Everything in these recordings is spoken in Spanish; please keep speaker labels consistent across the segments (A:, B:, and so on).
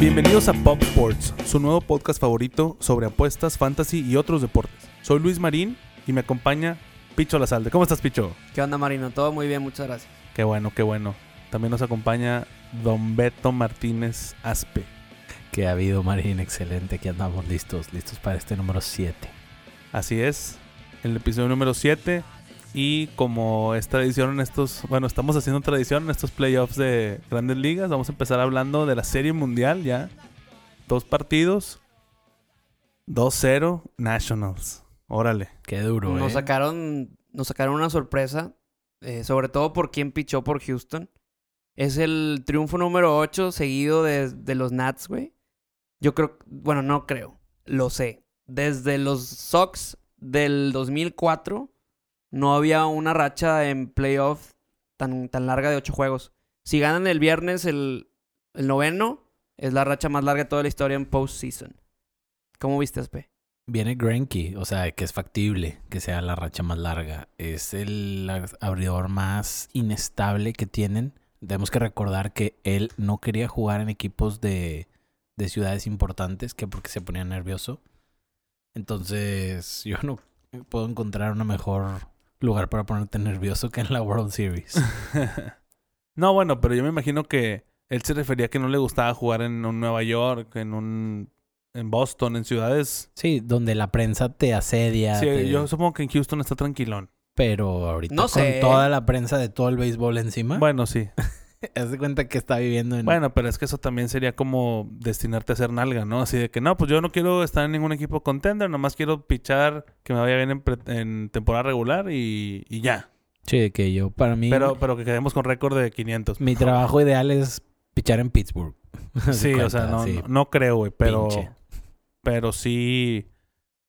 A: Bienvenidos a Pop Sports, su nuevo podcast favorito sobre apuestas, fantasy y otros deportes. Soy Luis Marín y me acompaña Picho Lazalde. ¿Cómo estás, Picho?
B: ¿Qué onda, Marino? Todo muy bien, muchas gracias.
A: Qué bueno, qué bueno. También nos acompaña Don Beto Martínez Aspe.
C: Que ha habido, Marín, excelente. Aquí andamos listos, listos para este número 7.
A: Así es, el episodio número 7. Y como es tradición en estos, bueno, estamos haciendo tradición en estos playoffs de grandes ligas, vamos a empezar hablando de la serie mundial ya. Dos partidos, 2-0 Nationals. Órale.
C: Qué duro,
B: Nos
C: ¿eh?
B: sacaron, nos sacaron una sorpresa, eh, sobre todo por quien pichó por Houston. Es el triunfo número 8 seguido de, de los Nats, güey. Yo creo, bueno, no creo, lo sé. Desde los Sox del 2004 no había una racha en playoff tan, tan larga de 8 juegos. Si ganan el viernes el, el noveno, es la racha más larga de toda la historia en postseason. ¿Cómo viste, Aspe?
C: Viene Granky, o sea, que es factible que sea la racha más larga. Es el ar- abridor más inestable que tienen. Tenemos que recordar que él no quería jugar en equipos de, de ciudades importantes, que porque se ponía nervioso. Entonces, yo no puedo encontrar un mejor lugar para ponerte nervioso que en la World Series.
A: no, bueno, pero yo me imagino que él se refería a que no le gustaba jugar en un Nueva York, en un en Boston, en ciudades.
C: Sí, donde la prensa te asedia.
A: Sí,
C: te-
A: yo supongo que en Houston está tranquilón.
C: Pero ahorita
B: No
C: con
B: sé.
C: toda la prensa de todo el béisbol encima,
A: Bueno, sí.
C: haz de cuenta que está viviendo en...
A: Bueno, pero es que eso también sería como destinarte a ser nalga, ¿no? Así de que no, pues yo no quiero estar en ningún equipo contender, nomás quiero pichar que me vaya bien en, pre- en temporada regular y, y ya.
C: Sí, de que yo, para mí,
A: Pero, pero que quedemos con récord de 500.
C: mi trabajo ideal es pichar en Pittsburgh. Haz
A: Sí,
C: de
A: o sea,
C: cuenta,
A: no,
C: sí.
A: no, no creo, güey, pero,
C: Pinche.
A: pero sí,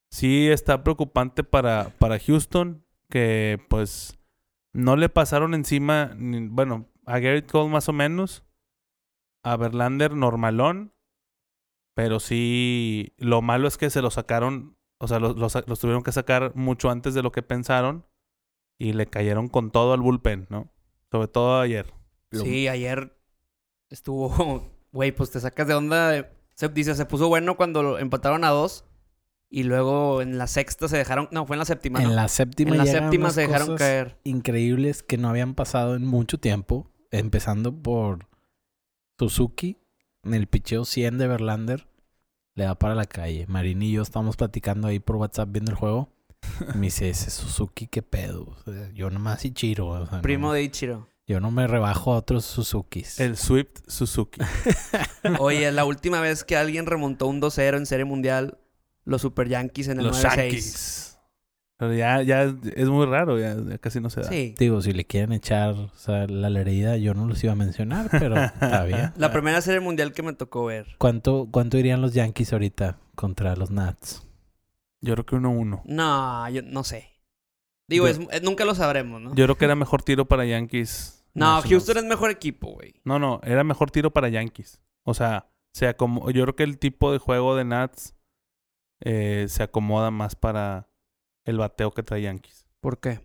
A: sí está preocupante para, para Houston que pues no le pasaron encima, ni- bueno, a Garrett Cole más o menos, a Verlander normalón, pero sí, lo malo es que se lo sacaron, o sea, los, los- los tuvieron que sacar mucho antes de lo que pensaron y le cayeron con todo al bullpen, ¿no? Sobre todo ayer.
C: Lo-
B: Sí, ayer estuvo, güey, pues te sacas de onda. de- Se, dice, se puso bueno cuando lo empataron a dos y luego en la sexta se dejaron, no, fue en la séptima. ¿no?
C: En la séptima
B: En la
C: llegan
B: séptima
C: unas
B: se dejaron
C: cosas
B: caer.
C: increíbles que no habían pasado en mucho tiempo, empezando por Suzuki en el picheo 100 de Verlander. Le da para la calle. Marín y yo estamos platicando ahí por WhatsApp viendo el juego. y Me dice, ese Suzuki, qué pedo. O sea, yo nomás y chiro. o sea, no-
B: Primo de Ichiro.
C: Yo no me rebajo a otros Suzukis.
A: El Swift Suzuki.
B: Oye, la última vez que alguien remontó un 2-0 en Serie Mundial, los Super Yankees en el
A: Los
B: 9-6.
A: Yankees. Pero ya, ya es- es muy raro, ya, ya casi no se da.
B: Sí.
C: Digo, si le quieren echar o sea, la lerida, yo no los iba a mencionar, pero está bien.
B: La primera Serie Mundial que me tocó ver.
C: ¿Cuánto, ¿Cuánto irían los Yankees ahorita contra los Nats?
A: Yo creo que 1-1.
B: No, yo no sé. Digo,
A: Yo-
B: es- eh, nunca lo sabremos, ¿no?
A: Yo creo que era mejor tiro para Yankees.
B: no,
A: Nationals.
B: Houston es mejor equipo, güey.
A: No, no, era mejor tiro para Yankees. O sea, se acomo- yo creo que el tipo de juego de Nats eh, se acomoda más para el bateo que trae Yankees.
B: ¿Por qué?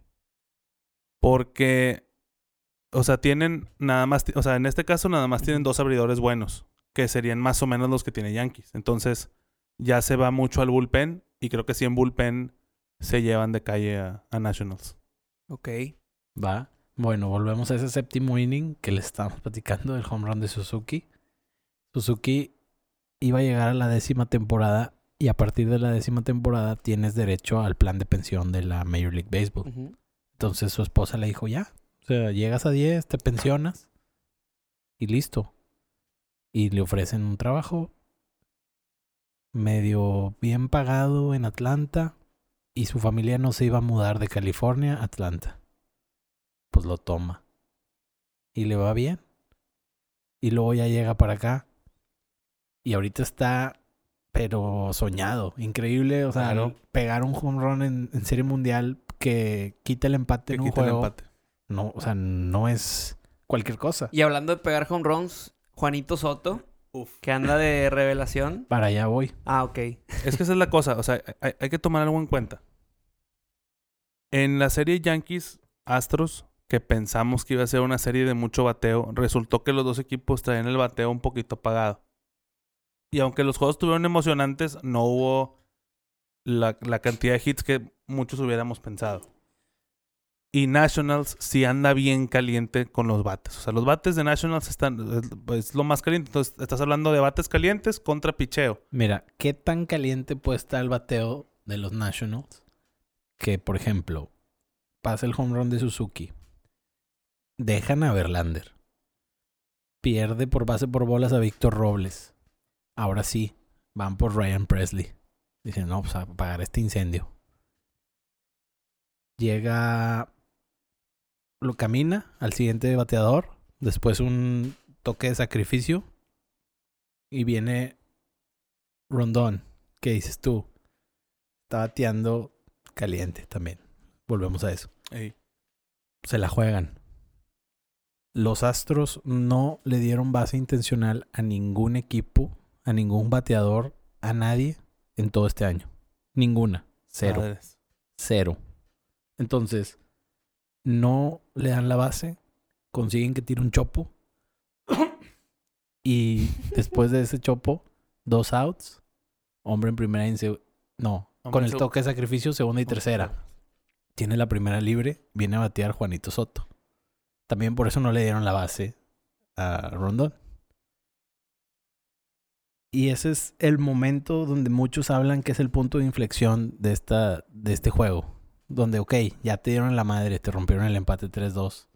A: Porque, o sea, tienen nada más, ti- o sea, en este caso nada más tienen dos abridores buenos, que serían más o menos los que tiene Yankees. Entonces, ya se va mucho al bullpen y creo que si en bullpen se llevan de calle a, a Nationals.
B: Ok.
C: Va. Bueno, volvemos a ese séptimo inning que le estábamos platicando del home run de Suzuki. Suzuki iba a llegar a la décima temporada y a partir de la décima temporada tienes derecho al plan de pensión de la Major League Baseball.
B: Ujú.
C: Entonces su esposa le dijo, ya, o sea, llegas a 10, te pensionas y listo. Y le ofrecen un trabajo medio bien pagado en Atlanta y su familia no se iba a mudar de California a Atlanta. Pues lo toma. Y le va bien. Y luego ya llega para acá. Y ahorita está, pero soñado, increíble. O sea,
A: Claro.
C: pegar un home run en, en Serie Mundial que quita el empate
A: Que
C: en un
A: quiten el
C: juego.
A: empate.
C: No, o sea, no es cualquier cosa.
B: Y hablando de pegar home runs, Juanito Soto, que anda de revelación.
C: Para allá voy.
B: Ah, ok.
A: Es que esa es la cosa, o sea, hay, hay que tomar algo en cuenta. En la serie Yankees Astros, que pensamos que iba a ser una serie de mucho bateo, resultó que los dos equipos traían el bateo un poquito apagado. Y aunque los juegos estuvieron emocionantes, no hubo la, la cantidad de hits que muchos hubiéramos pensado. Y Nationals sí anda bien caliente con los bates. O sea, los bates de Nationals están, es, es lo más caliente. Entonces, estás hablando de bates calientes contra picheo.
C: Mira, ¿qué tan caliente puede estar el bateo de los Nationals? Que, por ejemplo, pasa el home run de Suzuki. Dejan a Verlander. Pierde por base por bolas a Víctor Robles. Ahora sí, van por Ryan Presley. Dicen, no, pues a apagar este incendio. Llega. Lo camina al siguiente bateador. Después un toque de sacrificio. Y viene Rondón. ¿Qué dices tú? Está bateando caliente también. Volvemos a eso.
A: Ey.
C: Se la juegan. Los Astros no le dieron base intencional a ningún equipo, a ningún bateador, a nadie en todo este año. Ninguna. Cero.
A: Madres.
C: Cero. Entonces, no le dan la base, consiguen que tire un chopo. y después de ese chopo, dos outs, hombre en primera y en seg- No,
A: Hombre
C: con
A: en
C: el
A: seg-
C: toque de sacrificio, segunda y tercera. Tiene la primera libre, viene a batear Juanito Soto. También por eso no le dieron la base a Rondón. Y ese es el momento donde muchos hablan que es el punto de inflexión de, esta, de este juego. Donde, ok, ya te dieron la madre, te rompieron el empate 3-2,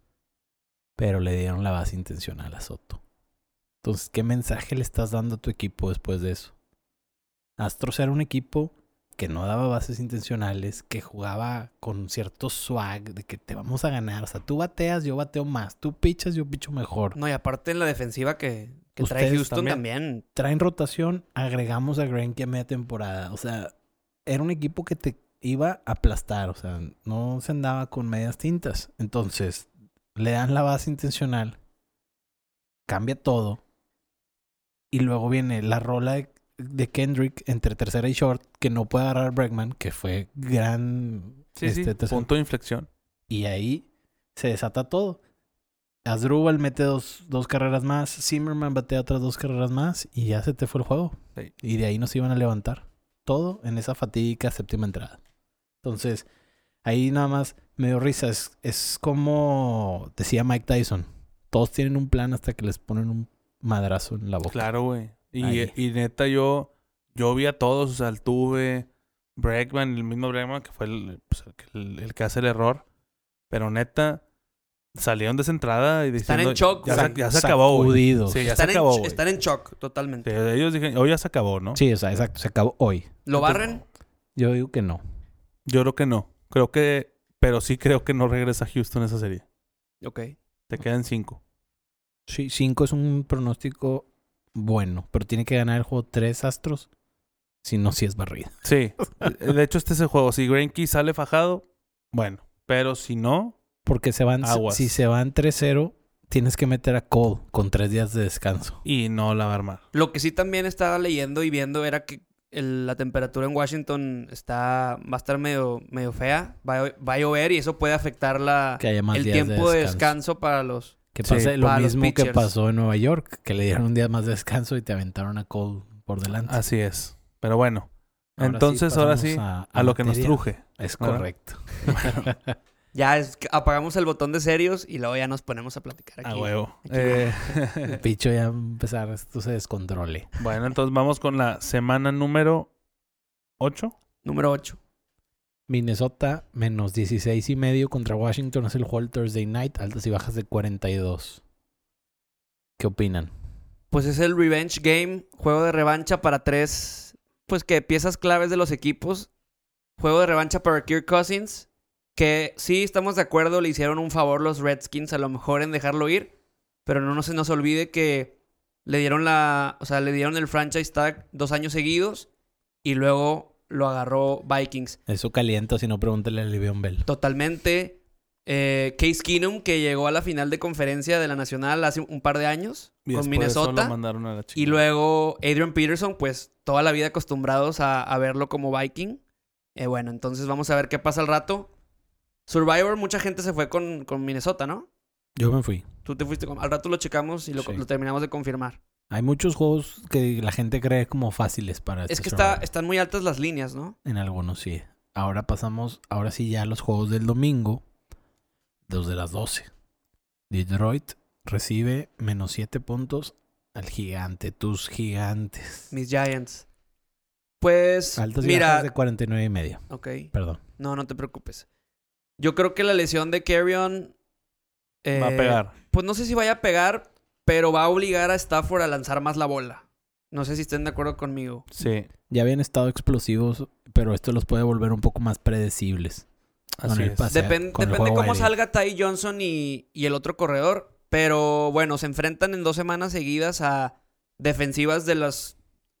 C: pero le dieron la base intencional a Soto. Entonces, ¿qué mensaje le estás dando a tu equipo después de eso? Astros era un equipo que no daba bases intencionales, que jugaba con cierto swag de que te vamos a ganar. O sea, tú bateas, yo bateo más. Tú pichas, yo picho mejor.
B: No, y aparte en la defensiva que, que trae
C: Ustedes
B: Houston
C: también.
B: también.
C: traen rotación, agregamos a Greinke a media temporada. O sea, era un equipo que te iba a aplastar. O sea, no se andaba con medias tintas. Entonces, le dan la base intencional, cambia todo. Y luego viene la rola de, de Kendrick entre tercera y short, que no puede agarrar Bregman, que fue gran
A: Sí,
C: este,
A: sí.
C: tercer-
A: Punto de inflexión.
C: y ahí se desata todo. Asdrúbal mete dos, dos carreras más, Zimmerman batea otras dos carreras más y ya se te fue el juego.
A: Sí.
C: Y de ahí nos iban a levantar. Todo en esa fatídica séptima entrada. Entonces, ahí nada más me dio risa. Es, es como decía Mike Tyson. Todos tienen un plan hasta que les ponen un madrazo en la boca.
A: Claro, güey.
C: Ahí.
A: Y, y neta, yo, yo vi a todos, o sea, tuve Bregman, el mismo Bregman que fue el, pues, el que- el- el que hace el error. Pero neta, salieron de esa entrada y
B: Están
A: diciendo,
B: en shock,
A: Ya,
B: güey.
A: se, ya se acabó, güey.
C: Sacudidos.
A: Sí,
C: Sí.
A: ya
B: Están,
A: se acabó,
B: en,
A: güey.
B: están en shock totalmente.
A: Sí, Ellos dijeron, hoy ya se acabó, ¿no?
C: o sea, exacto. Se acabó hoy.
B: ¿Lo barren?
C: Yo digo que no.
A: Yo creo que no. Creo que, pero sí creo que no regresa Houston esa serie.
B: Ok.
A: Te quedan cinco.
C: Sí, 5 es un pronóstico bueno, pero tiene que ganar el juego 3 astros, si no, si es barrida.
A: Sí. De de hecho, este es el juego. Si Greinke sale fajado, bueno. Pero si no,
C: Porque se van,
A: Aguas.
C: si se van 3-0, tienes que meter a Cole con 3 días de descanso.
A: y no la va a armar.
B: Lo que sí también estaba leyendo y viendo era que el- la temperatura en Washington está va a estar medio, medio fea. Va, a- va a llover y eso puede afectar la,
C: Que haya más
B: el
C: días
B: tiempo de
C: de
B: descanso para los...
C: Que
A: Sí,
C: pase lo
B: para los
C: mismo que
B: pitchers.
C: pasó en Nueva York, que le dieron un día más de descanso y te aventaron a Cole por delante.
A: Así es. Pero bueno,
C: Ahora sí,
A: Ah, entonces ahora
C: pasamos
A: sí,
C: a,
A: a lo que nos
C: materia.
A: truje.
C: Es
A: ¿verdad?
C: correcto.
B: Ya es que apagamos el botón de serios y luego ya nos ponemos a platicar aquí.
A: A Ah, huevo.
B: aquí.
A: Eh,
C: El Picho ya va a empezar, esto se descontrole.
A: bueno, entonces vamos con la semana número 8.
B: Número 8.
C: Minnesota menos 16 y medio contra Washington es el juego del Thursday night, altas y bajas de 42. ¿Qué opinan?
B: Pues es el Revenge Game, juego de revancha para tres, pues que piezas claves de los equipos. Juego de revancha para Kirk Cousins, que sí, estamos de acuerdo, le hicieron un favor los Redskins a lo mejor en dejarlo ir, pero no, no se nos olvide que le dieron la, o sea, le dieron el franchise tag dos años seguidos y luego lo agarró Vikings.
C: Eso calienta si no pregúntale a Livion Bell.
B: Totalmente. Eh, Case Keenum, que llegó a la final de conferencia de la Nacional hace un par de años con Minnesota.
A: mandaron a la
B: Y luego Adrian Peterson, pues toda la vida acostumbrados a, a verlo como Viking. Eh, bueno, entonces vamos a ver qué pasa al rato. Survivor, mucha gente se fue con, con Minnesota, ¿no?
C: Yo me fui.
B: Tú te fuiste con... Al rato lo checamos y lo,
C: Sí.
B: lo terminamos de confirmar.
C: Hay muchos juegos que la gente cree como fáciles para
B: Es
C: este
B: que está,
C: survival.
B: están muy altas las líneas, ¿no?
C: En algunos sí. Ahora pasamos, ahora sí ya a los juegos del domingo. Los de las 12. Detroit recibe menos 7 puntos al gigante, tus gigantes.
B: Mis Giants. Pues,
C: Altas y
B: mira,
C: bajas de 49 y medio.
B: ok.
C: Perdón.
B: No, no te preocupes. Yo creo que la lesión de Carrion...
A: Va a
B: eh,
A: pegar.
B: Pues no sé si vaya a pegar, pero va a obligar a Stafford a lanzar más la bola. No sé si estén de acuerdo conmigo.
A: Sí.
C: Ya habían estado explosivos, pero esto los puede volver un poco más predecibles.
A: Así
C: el
A: es.
C: pase. O sea,
B: Depen-
C: con el
B: depende
C: juego
B: cómo
C: aéreo.
B: salga Ty Johnson y, y el otro corredor. Pero bueno, se enfrentan en dos semanas seguidas a defensivas de las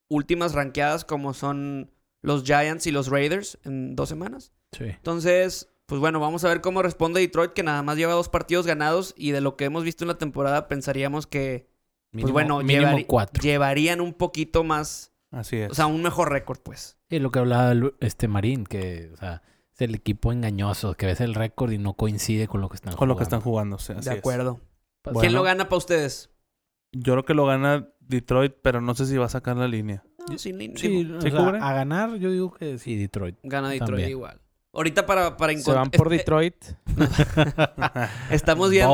B: últimas ranqueadas como son los Giants y los Raiders en dos semanas.
C: Sí.
B: Entonces, pues bueno, vamos a ver cómo responde Detroit, que nada más lleva dos partidos ganados y de lo que hemos visto en la temporada pensaríamos que
C: Mínimo,
B: pues bueno,
C: mínimo
B: llevari-
C: 4.
B: llevarían un poquito más,
A: Así es.
B: o sea, un mejor récord, pues.
C: Es lo que hablaba Lu- este Marín, que o sea, es el equipo engañoso, que ves el récord y no coincide con lo que están
A: con lo que están jugando.
C: jugando.
A: o sea, así
B: de
A: es.
B: acuerdo.
A: Bueno,
B: ¿Quién lo gana para ustedes?
A: Yo creo que lo gana Detroit, pero no sé si va a sacar la línea.
B: No, sin lin-
C: Sí,
B: digo,
C: o
A: ¿Sí
C: sea,
A: cubre?
C: a ganar yo digo que sí, Detroit.
B: gana Detroit
C: También.
B: igual. Ahorita para, para
D: Se
B: encontrar...
D: van por
B: es-
D: Detroit.
B: eh, Estamos viendo,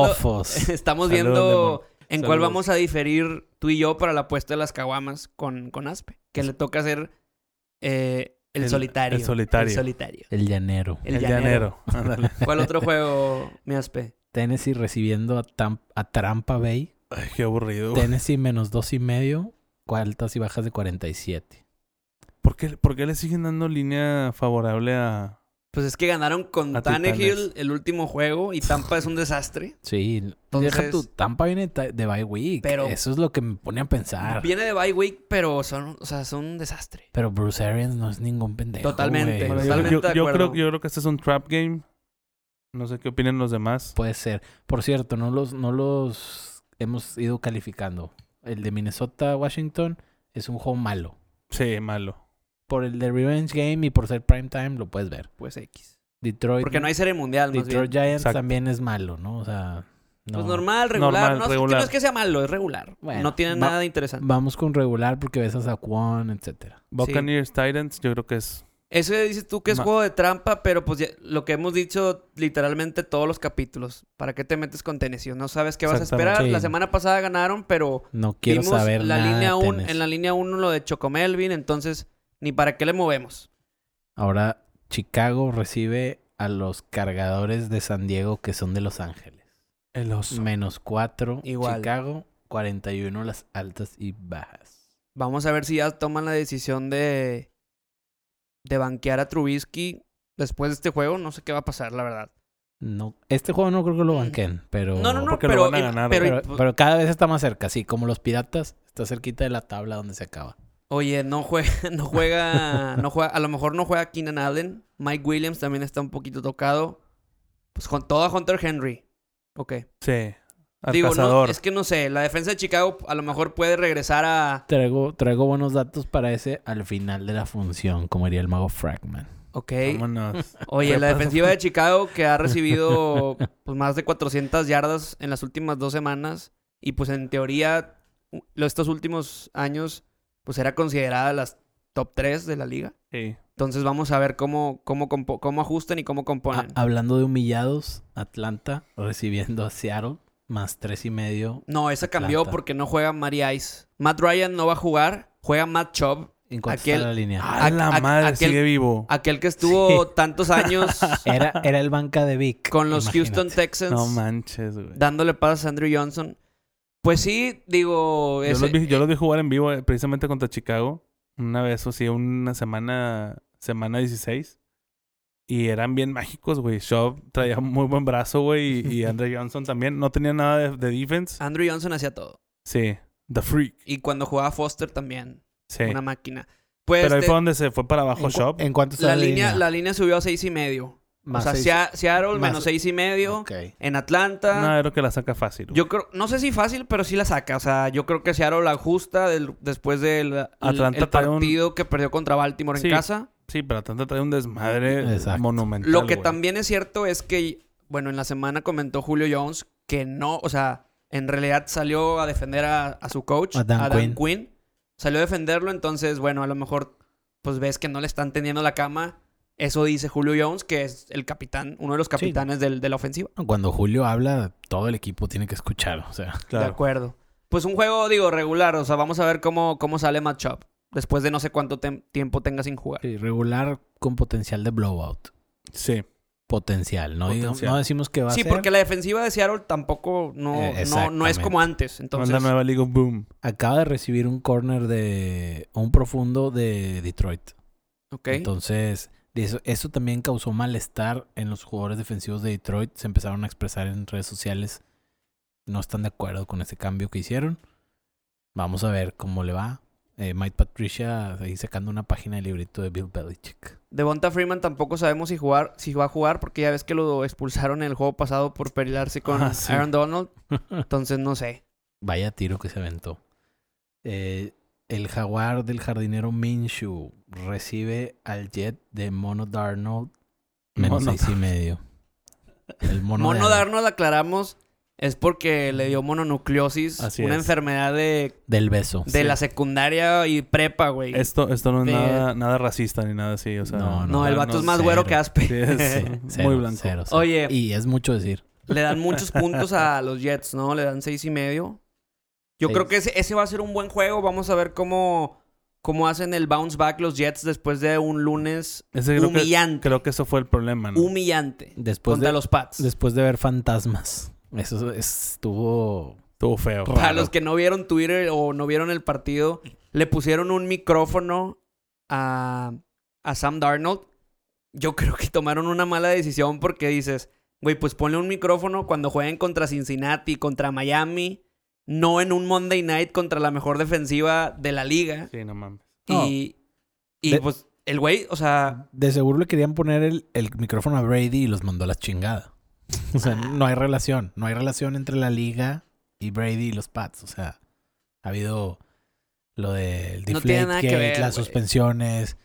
C: Bofos.
B: estamos
A: Saludos,
B: viendo
A: Lemon.
B: en cuál
A: Saludos.
B: vamos a diferir tú y yo para la apuesta de las caguamas con, con Aspe, que le toca hacer eh, el,
A: El-
B: solitario.
A: el solitario.
B: El solitario.
C: El llanero.
A: El, de
B: llanero.
A: enero. Ándale.
B: ¿Cuál otro juego, mi Aspe?
C: Tennessee recibiendo a, Tam- a Trampa Bay.
A: Ay, qué aburrido.
C: Tennessee menos dos y medio. Altas y bajas de 47.
A: ¿Por qué, por qué le siguen dando línea favorable a.
B: Pues es que ganaron con
A: A Titanes.
B: Tannehill el último juego y Tampa es un desastre.
C: Sí. Deja
B: Entonces-
C: tu Tampa viene ta- de bye week.
B: Pero-
C: Eso es lo que me pone a pensar.
B: Viene de bye week, pero son, o sea, son un desastre.
C: Pero Bruce Arians no es ningún pendejo.
B: Totalmente,
C: güey.
A: Bueno, yo-
C: O sea,
B: totalmente.
A: yo,
B: de
A: yo
B: acuerdo.
A: creo, yo creo que este es un trap game. No sé qué opinan los demás.
C: Puede ser. Por cierto, no los, no los hemos ido calificando. El de Minnesota Washington es un juego malo.
A: Sí, malo.
C: Por el de Revenge Game y por ser prime time lo puedes ver.
B: Pues X.
C: Detroit,
B: Porque no hay serie mundial, más
C: Detroit
B: bien.
C: Giants
A: Exacto.
C: también es malo, ¿no? O sea, no.
B: Pues normal, regular.
A: Normal,
B: no, es-
A: regular.
B: no es que sea malo, es regular.
C: Bueno,
B: no tiene
C: va-
B: nada de interesante.
C: Vamos con regular porque ves a Saquon, etcétera.
A: Buccaneers Titans, yo creo que es.
B: Ese dices tú que es
A: Ma-
B: juego de trampa, pero pues ya- lo que hemos dicho literalmente todos los capítulos. ¿Para qué te metes con Tennessee? No sabes qué vas a
A: Exactamente.
B: esperar.
C: Sí.
B: La semana pasada ganaron, pero
C: No quiero
B: vimos
C: saber
B: la
C: nada de
B: línea un-
C: tenis.
B: en la línea 1 lo de Chocomelvin, entonces ni para qué le movemos.
C: Ahora Chicago recibe a los cargadores de San Diego que son de Los Ángeles.
A: El oso.
C: Menos 4
B: Igual.
C: Chicago, 41 las altas y bajas.
B: Vamos a ver si ya toman la decisión de de banquear a Trubisky después de este juego, no sé qué va a pasar, la verdad.
C: No, este juego no creo que lo
B: Mm.
C: banquen, pero
B: No, no, no,
A: Porque lo
B: pero,
A: van a ganar,
B: pero- pues,
C: pero, pero cada vez está más cerca, sí, como los piratas, está cerquita de la tabla donde se acaba.
B: Oye, no juega, no juega, no juega, a lo mejor no juega Keenan Allen. Mike Williams también está un poquito tocado. Pues con todo a Hunter Henry. Ok.
A: Sí. Al
B: Digo, no,
A: cazador.
B: es que no sé, la defensa de Chicago a lo mejor puede regresar a.
C: Traigo, traigo buenos datos para ese al final de la función, como diría el mago Fragman.
B: Ok.
A: Ah, Vámonos.
B: Oye, la defensiva de Chicago que ha recibido pues, más de 400 yardas en las últimas dos semanas. Y pues en teoría, u- lo- estos últimos años, pues era considerada las top 3 de la liga.
A: Sí.
B: Entonces vamos a ver cómo, cómo, compo- cómo ajustan y cómo componen.
C: Ah, hablando de humillados, Atlanta recibiendo a Seattle, más tres y medio.
B: No, esa cambió
C: Atlanta.
B: porque no juega Mary Ice. Matt Ryan no va a jugar, juega Matt Chubb,
C: ¿En cuanto
B: Aquel-
C: está la línea?
A: A la
B: a-
A: madre,
B: aquel-
A: sigue vivo.
B: aquel que estuvo tantos años
C: Era, era el banca de Vic.
B: con los
C: imagínate.
B: Houston Texans
A: No manches, güey.
B: dándole pases a Andrew Johnson. Pues sí, digo,
A: Yo,
B: ese-
A: los vi, yo los vi jugar en vivo eh, precisamente contra Chicago. Una vez, o sí, una semana, semana 16. Y eran bien mágicos, güey. Shaw traía muy buen brazo, güey. Y, y Andre Johnson también. No tenía nada de, de defense.
B: Andrew Johnson hacía todo.
A: Sí. The Freak.
B: Y cuando jugaba Foster también,
A: Sí.
B: una máquina. Pues
A: Pero ahí
B: de-
A: fue donde se fue para abajo
C: ¿En, cu-
A: Shop.
C: en cuanto está
B: la, línea, la línea subió a seis y medio. o
C: Más
B: sea,
C: seis-
B: Sea- Seattle
C: más-
B: menos seis y medio.
C: Ah, Ok.
B: En Atlanta.
A: No, creo que la saca fácil. güey.
B: Yo creo, no sé si fácil, pero sí la saca. O sea, yo creo que Seattle la ajusta del- después del el-
A: Atlanta
B: el
A: trae un-
B: partido que perdió contra Baltimore
A: Sí.
B: en casa.
A: Sí, pero Atlanta trae un desmadre
C: Exacto.
A: monumental.
B: Lo que
A: güey.
B: también es cierto es que, bueno, en la semana comentó Julio Jones que no, o sea, En realidad salió a defender a, a su coach,
C: A Dan
B: a Dan
C: Quinn.
B: Quinn. Salió a defenderlo, entonces, bueno, a lo mejor pues ves que no le están tendiendo la cama. Eso dice Julio Jones, que es el capitán, uno de los capitanes del- de la ofensiva.
C: Cuando Julio habla, todo el equipo tiene que escuchar. O sea,
B: De
A: Claro.
B: acuerdo. Pues un juego, digo, regular. O sea, vamos a ver cómo, cómo sale matchup. Después de no sé cuánto tem- tiempo tenga sin jugar.
C: sí, regular con potencial de blowout.
A: Sí.
C: Potencial. No, digamos-
A: Potencial.
C: no decimos que va a
B: Sí,
C: ser.
B: porque la defensiva de Seattle tampoco no,
C: Eh,
B: no, no es como antes. Entonces,
A: Manda nueva League of Boom.
C: Acaba de recibir un corner de... Un profundo de Detroit.
B: ok.
C: Entonces, de eso, eso también causó malestar en los jugadores defensivos de Detroit. Se empezaron a expresar en redes sociales. No están de acuerdo con ese cambio que hicieron. Vamos a ver cómo le va. Eh, Mike Patricia ahí sacando una página de librito de Bill Belichick.
B: Devonta Freeman tampoco sabemos si, jugar, si va a jugar porque ya ves que lo expulsaron en el juego pasado por pelearse con
A: Ah, sí.
B: Aaron Donald. Entonces, no sé.
C: Vaya tiro que se aventó. Eh, el jaguar del jardinero Minshew recibe al jet de Mono Darnold menos
A: Mono
C: seis y medio. El mono,
B: Mono
C: de-
B: Darnold, aclaramos, es porque le dio mononucleosis,
A: Así
B: una
A: es.
B: enfermedad de,
C: del beso.
B: de
A: Sí.
B: la secundaria y prepa, güey.
A: Esto, esto no es
B: Pero-
A: nada, nada racista ni nada así. O sea,
C: No,
B: No, el vato es más güero que
C: cero.
B: Aspe.
A: Sí, es
C: Sí,
A: muy
C: cero,
A: blanco.
C: cero, cero.
B: Eh, Oye,
C: Y es mucho decir.
B: Le dan muchos puntos a los Jets, ¿no? Le dan seis y medio. Yo
C: Seis.
B: creo que ese, ese va a ser un buen juego. Vamos a ver cómo, cómo hacen el bounce back los Jets después de un lunes
A: Ese creo, que,
B: humillante.
A: creo que eso fue el problema, ¿no?
B: Humillante.
C: Después
B: Contra
C: de,
B: los Pats.
C: después de ver fantasmas. Eso es- estuvo.
A: Estuvo feo.
B: Para los que no vieron Twitter o no vieron el partido, le pusieron un micrófono a, a Sam Darnold. Yo creo que tomaron una mala decisión porque dices, güey, pues ponle un micrófono cuando jueguen contra Cincinnati, contra Miami, no en un Monday night contra la mejor defensiva de la liga.
A: Sí, no mames.
C: No.
B: Y, y
C: De-
B: pues el güey, o sea,
C: De seguro le querían poner el, el micrófono a Brady y los mandó a la chingada. O sea,
B: Ah.
C: no hay relación. No hay relación entre la liga y Brady y los Pats. O sea, ha habido lo del
B: No tiene nada que
C: Deflategate,
B: ver,
C: las
B: güey.
C: suspensiones.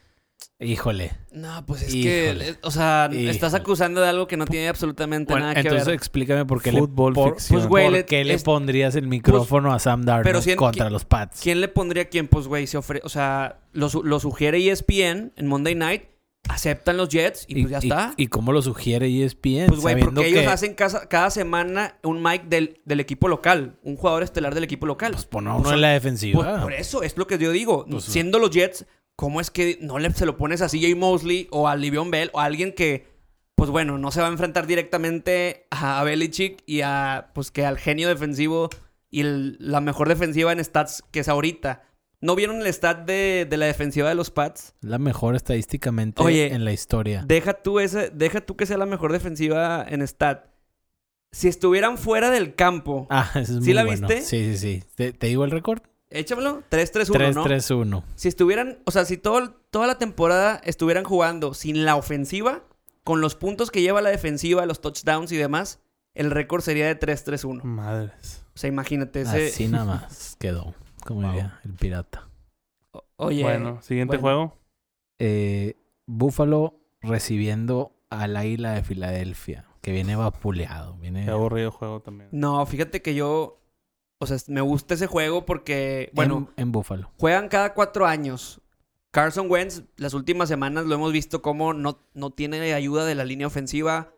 C: Híjole.
B: no, pues es
C: Híjole.
B: que, eh, o sea,
C: Híjole.
B: estás acusando de algo que no tiene absolutamente
C: Bueno,
B: nada que
C: entonces
B: ver.
C: explícame por qué
A: Fútbol
C: le, por-
A: ficción.
C: pues,
B: güey,
C: ¿por
B: le-
C: qué le
B: es-
C: pondrías el micrófono a Sam Darnold
B: si en-
C: contra
B: qui-
C: los Pats.
B: ¿Quién le pondría a quién? Pues, güey, se ofrece. O sea, lo, su- lo sugiere E ESPN en Monday Night. Aceptan los Jets y, pues ya está.
C: Y, cómo lo sugiere E ESPN?
B: pues, güey,
C: sabiendo
B: porque ellos
C: que-
B: hacen casa- cada semana un mic del, del equipo local, un jugador estelar del equipo local.
C: Pues
B: Pues,
C: pon a uno
B: Pues,
C: en la defensiva.
B: por eso es lo que yo digo.
C: Pues,
B: Siendo los Jets, ¿cómo es que no le, se lo pones a CJ Mosley o a Livion Bell o a alguien que, pues bueno, no se va a enfrentar directamente a Belichick y a, pues que al genio defensivo y el- la mejor defensiva en stats que es ahorita? ¿No vieron el stat de, de la defensiva de los Pats?
C: La mejor estadísticamente
B: Oye,
C: en la historia.
B: Deja tú, ese, deja tú que sea la mejor defensiva en stat. Si estuvieran fuera del campo,
C: Ah, eso es
B: ¿Sí
C: muy
B: la
C: bueno.
B: viste?
C: Sí, sí, sí. ¿Te, te digo el récord?
B: échamelo, 3-3-1, ¿no?
C: 3-3-1.
B: Si estuvieran, o sea, si todo, toda la temporada estuvieran jugando sin la ofensiva, con los puntos que lleva la defensiva, los touchdowns y demás, el récord sería de
A: Mm.
B: 3-3-1.
A: Madres.
B: O sea, imagínate ese.
C: Así nada más quedó. Como
A: Wow.
C: diría el pirata.
B: O- Oye,
A: Bueno, siguiente
B: bueno.
A: juego.
C: Eh, Buffalo recibiendo al águila de Filadelfia. Que viene vapuleado. Viene...
A: Qué aburrido juego también.
B: no, fíjate que yo. O sea, me gusta ese juego porque, bueno,
C: en, en Buffalo.
B: juegan cada cuatro años. Carson Wentz, las últimas semanas lo hemos visto como no, no tiene ayuda de la línea ofensiva.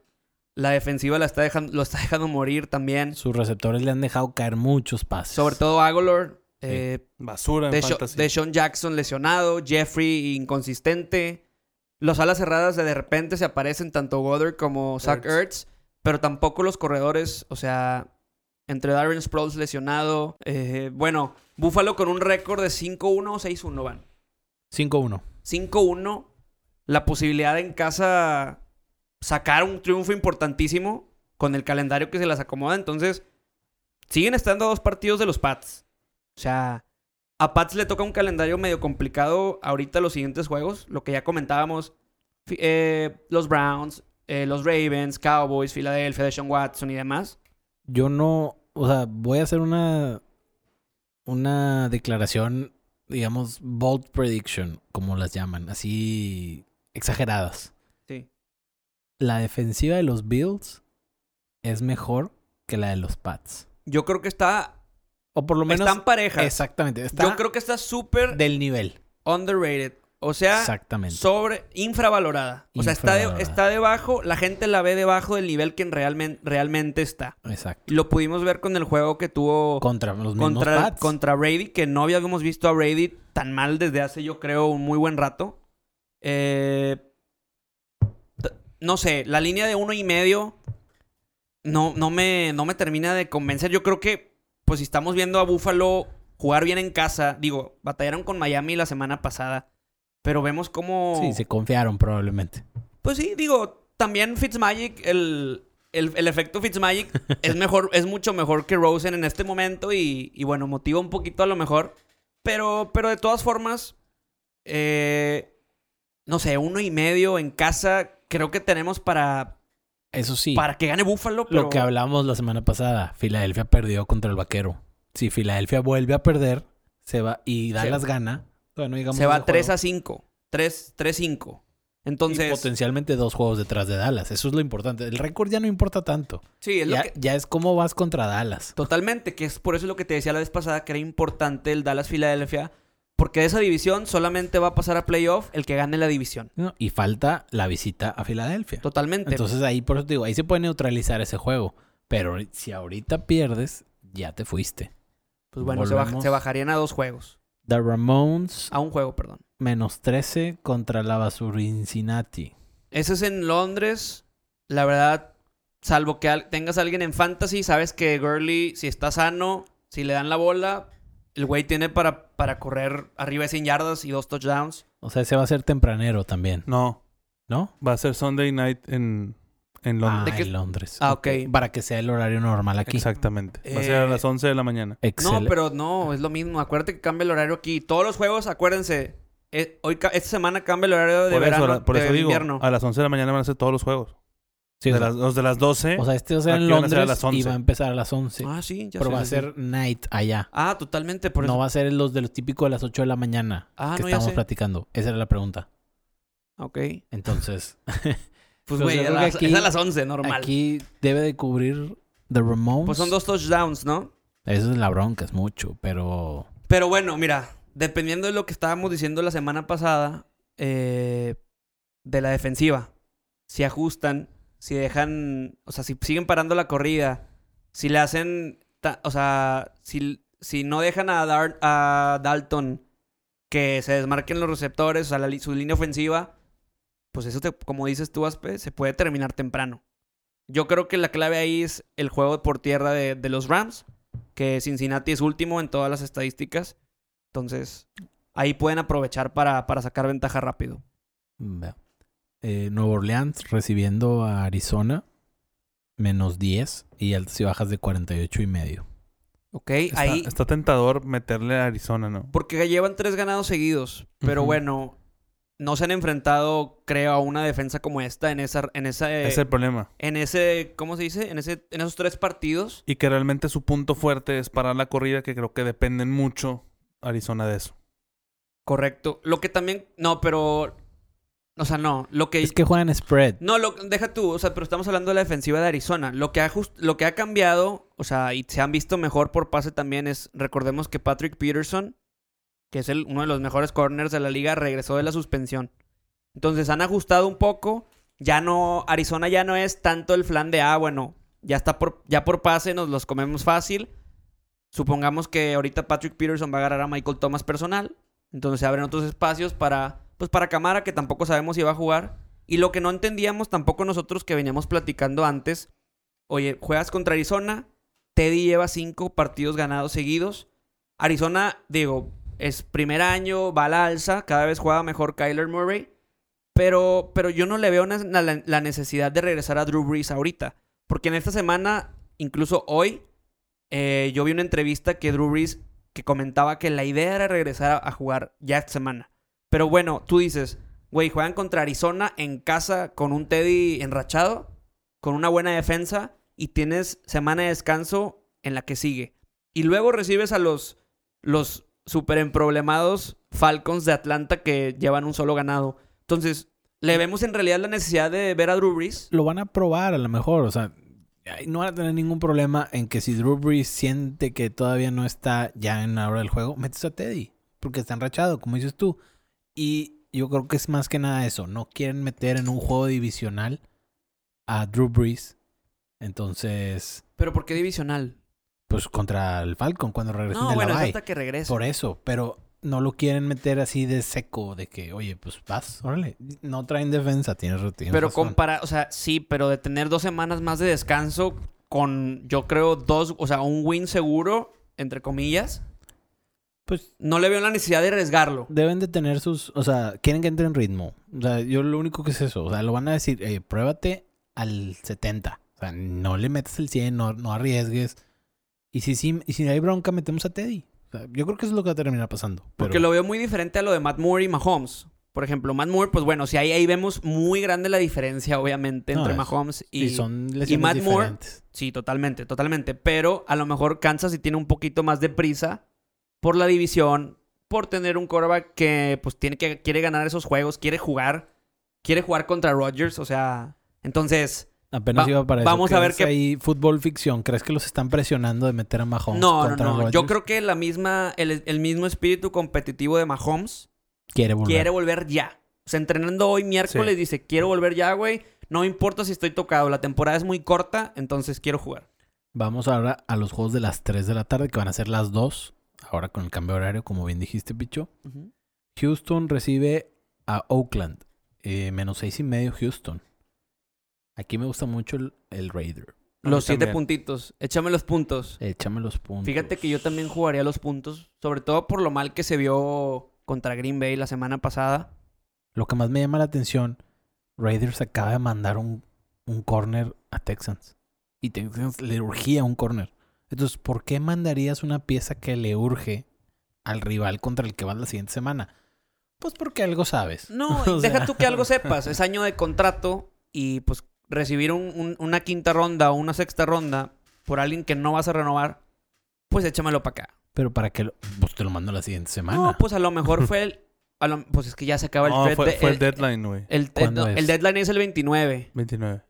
B: La defensiva la está dejando, lo está dejando morir también.
C: Sus receptores le han dejado caer muchos pases.
B: Sobre todo Agolor. Eh,
A: Basura en
B: De
A: fantasy.
B: Sean Jackson lesionado, Jeffrey inconsistente. Los alas cerradas de, de repente se aparecen tanto Goddard como Zach
A: Ertz.
B: Ertz, pero tampoco los corredores, o sea, entre Darren Sproles lesionado. eh, bueno, Buffalo con un récord de 5-1 o 6-1 van.
C: 5-1.
B: 5-1, la posibilidad de en casa sacar un triunfo importantísimo con el calendario que se las acomoda. Entonces, siguen estando a dos partidos de los Pats. O sea, a Pats le toca un calendario medio complicado ahorita los siguientes juegos, lo que ya comentábamos. Fi- eh, los Browns, eh, los Ravens, Cowboys, Filadelfia, Deshaun Watson y demás.
C: yo no, o sea, voy a hacer una una declaración, digamos, bold prediction, como las llaman, así exageradas.
B: Sí.
C: La defensiva de los Bills es mejor que la de los Pats.
B: Yo creo que está.
C: O por lo menos.
B: están parejas.
C: Exactamente. Está
B: Yo creo que está súper
C: del nivel.
B: underrated. O sea,
C: Exactamente.
B: sobre. infravalorada. O sea, está, de-
C: Infravalorada.
B: está debajo. La gente la ve debajo del nivel que realmente, realmente está.
C: Exacto.
B: Lo pudimos ver con el juego que tuvo
C: Contra los mismos
B: contra,
C: Pats.
B: contra Brady, que no habíamos visto a Brady tan mal desde hace, yo creo, un muy buen rato. Eh, t- no sé, la línea de uno y medio no, no, me, no me termina de convencer. Yo creo que, pues, si estamos viendo a Buffalo jugar bien en casa, digo, batallaron con Miami la semana pasada, pero vemos cómo.
C: Sí, se confiaron probablemente.
B: Pues sí, digo, también Fitzmagic, el, el, el efecto Fitzmagic es mejor, es mucho mejor que Rosen en este momento y, y bueno, motiva un poquito a lo mejor. Pero, pero de todas formas, eh, no sé, uno y medio en casa, creo que tenemos para,
C: Eso sí.
B: para que gane Búfalo. Pero,
C: Lo que hablamos la semana pasada, Filadelfia perdió contra el Vaquero. Si Filadelfia vuelve a perder, se va y da
B: Sí.
C: las ganas. Bueno, digamos
B: se va
C: ese
B: 3
C: juego,
B: a 5. 3, 5.
C: y
B: Entonces,
C: potencialmente dos juegos detrás de Dallas. Eso es lo importante. El récord ya no importa tanto.
B: sí, es lo
C: Ya,
B: que,
C: ya es cómo vas contra Dallas.
B: Totalmente, que es por eso lo que te decía la vez pasada, que era importante el Dallas Filadelfia, porque de esa división solamente va a pasar a playoff el que gane la división.
C: ¿no? Y falta la visita a Filadelfia.
B: Totalmente.
C: Entonces ahí, por eso te digo, ahí se puede neutralizar ese juego. Pero si ahorita pierdes, ya te fuiste.
B: pues bueno, se, baj-
C: volvemos.
B: se bajarían a dos juegos.
C: The Ramones
B: A un juego, perdón.
C: menos 13 contra la Basurincinnati.
B: Ese es en Londres. La verdad, salvo que al- tengas a alguien en fantasy, sabes que Gurley, si está sano, si le dan la bola, el güey tiene para, para correr arriba de 100 yardas y dos touchdowns.
C: O sea, ese va a ser tempranero también,
A: No,
C: ¿no?
A: va a ser Sunday night en, en Londres.
C: Ah,
B: ¿De qué-
C: en Londres.
B: Ah, ok.
C: Para que sea el horario normal aquí.
A: Exactamente. Va a ser a
B: Ah, Eh,
A: las 11 de la mañana.
B: No,
C: Excel-
B: pero no, es lo mismo. Acuérdate que cambia el horario aquí. Todos los juegos, acuérdense, eh, hoy ca- esta semana cambia el horario de
A: Por eso,
B: verano,
A: la- por
B: de
A: eso digo,
B: invierno.
C: ah,
A: a las 11 de la mañana van a ser todos los juegos.
C: Sí, o,
A: de
C: sea,
A: las, los de las 12.
C: o sea, este va a ser en
A: aquí van a ser a
C: Londres
A: las
C: y
A: 11.
C: va a empezar a las 11.
B: Ah, sí, ya
C: pero
B: sé,
C: va a
B: ya sé.
C: ser night allá.
B: Ah, totalmente, por
C: no
B: eso.
C: va a ser los de los típicos de las 8 de la mañana
B: Ah,
C: que
B: no, ya
C: estábamos
B: sé.
C: platicando. Esa era la pregunta.
B: Ok.
C: Entonces,
B: Pues
C: Pero
B: güey,
C: yo
B: a
C: creo que
B: las-
C: aquí-
B: es a las 11, normal.
C: aquí debe de cubrir The Ramones.
B: Pues son dos touchdowns, ¿no?
C: Eso es la bronca, es mucho, pero...
B: Pero bueno, mira, dependiendo de lo que estábamos diciendo la semana pasada, eh, de la defensiva, si ajustan, si dejan, o sea, si siguen parando la corrida, si le hacen, ta- o sea, si, si no dejan a, Dar- a Dalton que se desmarquen los receptores, o sea, la li- su línea ofensiva, pues eso, te- como dices tú, Aspe, se puede terminar temprano. Yo creo que la clave ahí es el juego por tierra de- de los Rams que Cincinnati es último en todas las estadísticas. Entonces, ahí pueden aprovechar para, para sacar ventaja rápido.
C: mm, Vea. Eh, Nueva Orleans recibiendo a Arizona menos 10 y altas y bajas de 48 y medio.
B: Ok,
A: está,
B: ahí.
A: está tentador meterle a Arizona, ¿no?
B: Porque llevan tres ganados seguidos. Pero
A: Ujú.
B: bueno, no se han enfrentado, creo, a una defensa como esta en esa, en esa, eh,
A: es el problema.
B: en ese, ¿cómo se dice? En ese, en esos tres partidos.
A: Y que realmente su punto fuerte es parar la corrida, que creo que dependen mucho Arizona de eso.
B: Correcto. Lo que también. No, pero. O sea, no. Lo que.
C: Es que juegan spread.
B: No, lo, deja tú, o sea, pero estamos hablando de la defensiva de Arizona. Lo que, ha jus- lo que ha cambiado, o sea, y se han visto mejor por pase también es, recordemos que Patrick Peterson, que es el- uno de los mejores corners de la liga, regresó de la suspensión. Entonces han ajustado un poco, ya no, Arizona ya no es tanto el flan de, ah, bueno, ya está por, ya por pase, nos los comemos fácil. Supongamos que ahorita Patrick Peterson va a agarrar a Michael Thomas personal, entonces se abren otros espacios para, pues para Camara, que tampoco sabemos si va a jugar. Y lo que no entendíamos tampoco nosotros que veníamos platicando antes, oye, juegas contra Arizona, Teddy lleva cinco partidos ganados seguidos. Arizona, digo, es primer año, va a la alza, cada vez juega mejor Kyler Murray, pero, pero yo no le veo na- na- la, la necesidad de regresar a Drew Brees ahorita, porque en esta semana, incluso hoy, eh, yo vi una entrevista que Drew Brees que comentaba que la idea era regresar a- a jugar ya esta semana. Pero bueno, tú dices, Güey, juegan contra Arizona en casa con un Teddy enrachado, con una buena defensa y tienes semana de descanso en la que sigue. Y luego recibes a los, los super emproblemados Falcons de Atlanta que llevan un solo ganado. Entonces, le vemos en realidad la necesidad de ver a Drew Brees.
C: Lo van a probar a lo mejor, o sea, ay, no van a tener ningún problema en que si Drew Brees siente que todavía no está ya en la hora del juego, metes a Teddy, porque está enrachado, como dices tú. Y yo creo que es más que nada eso, no quieren meter en un juego divisional a Drew Brees. Entonces,
B: Pero ¿por qué divisional?
C: pues contra el Falcon cuando regresen
B: No,
C: de
B: bueno,
C: pues la
B: es
C: bye.
B: hasta que regrese.
C: Por eso, pero no lo quieren meter así de seco, de que, oye, pues vas, órale. No traen defensa, tienes rutina.
B: Pero compara, o sea, sí, pero de tener dos semanas más de descanso con, yo creo, dos, o sea, un win seguro, entre comillas,
C: Pues
B: no le veo la necesidad de arriesgarlo.
C: deben de tener sus, o sea, quieren que entre en ritmo. O sea, yo lo único que es eso, o sea, lo van a decir, eh, pruébate al 70. O sea, no le metas el 100, no, no arriesgues. Y si, sí- y si hay bronca, metemos a Teddy. O sea, yo creo que eso es lo que va a terminar pasando. Pero,
B: Porque lo veo muy diferente a lo de Matt Moore y Mahomes. Por ejemplo, Matt Moore, pues bueno, si ahí, ahí vemos muy grande la diferencia, obviamente,
C: No,
B: entre
C: es-
B: Mahomes y...
C: y, son lesiones
B: Matt Moore-
C: diferentes.
B: Sí, totalmente, totalmente. Pero a lo mejor Kansas sí tiene un poquito más de prisa por la división, por tener un quarterback que pues tiene que, quiere ganar esos juegos, quiere jugar, quiere jugar contra Rodgers, o sea... Entonces...
C: Apenas
B: Va-
C: iba para eso.
B: vamos a ver
C: ¿Crees
B: qué-
C: ahí fútbol ficción. ¿Crees que los están presionando de meter a Mahomes
B: No, no,
C: contra
B: no.
C: Rodgers?
B: Yo creo que la misma, el, el mismo espíritu competitivo de Mahomes
C: quiere volver.
B: quiere volver ya. O sea, entrenando hoy miércoles
A: Sí.
B: dice, quiero volver ya, güey. No me importa si estoy tocado. La temporada es muy corta, entonces quiero jugar.
C: Vamos ahora a los juegos de las 3 de la tarde, que van a ser las 2. Ahora con el cambio de horario, como bien dijiste, Picho. Houston recibe a Oakland. Eh, menos 6 y medio Houston. Aquí me gusta mucho el, el Raider.
A: A mí
B: Los siete
A: también.
B: puntitos. Échame los puntos.
C: Échame los puntos.
B: Fíjate que yo también jugaría los puntos, sobre todo por lo mal que se vio contra Green Bay la semana pasada.
C: Lo que más me llama la atención, Raiders acaba de mandar un, un corner a Texans. Y Texans le urgía un corner. Entonces, ¿por qué mandarías una pieza que le urge al rival contra el que vas la siguiente semana? Pues porque algo sabes.
B: No,
C: O
B: deja
C: sea,
B: tú que algo sepas. Es año de contrato y pues recibir un- un- una quinta ronda o una sexta ronda por alguien que no vas a renovar, pues échamelo para acá.
C: Pero para que lo, pues te lo mando la siguiente semana.
B: No, pues a lo mejor fue el... a lo- pues es que ya se acaba el...
A: No,
B: trade
A: fue,
B: de- eh,
A: fue el
B: el-
A: deadline, güey.
B: El, el-
C: ¿Cuándo
B: el
C: es?
B: deadline es el 29.
A: 29.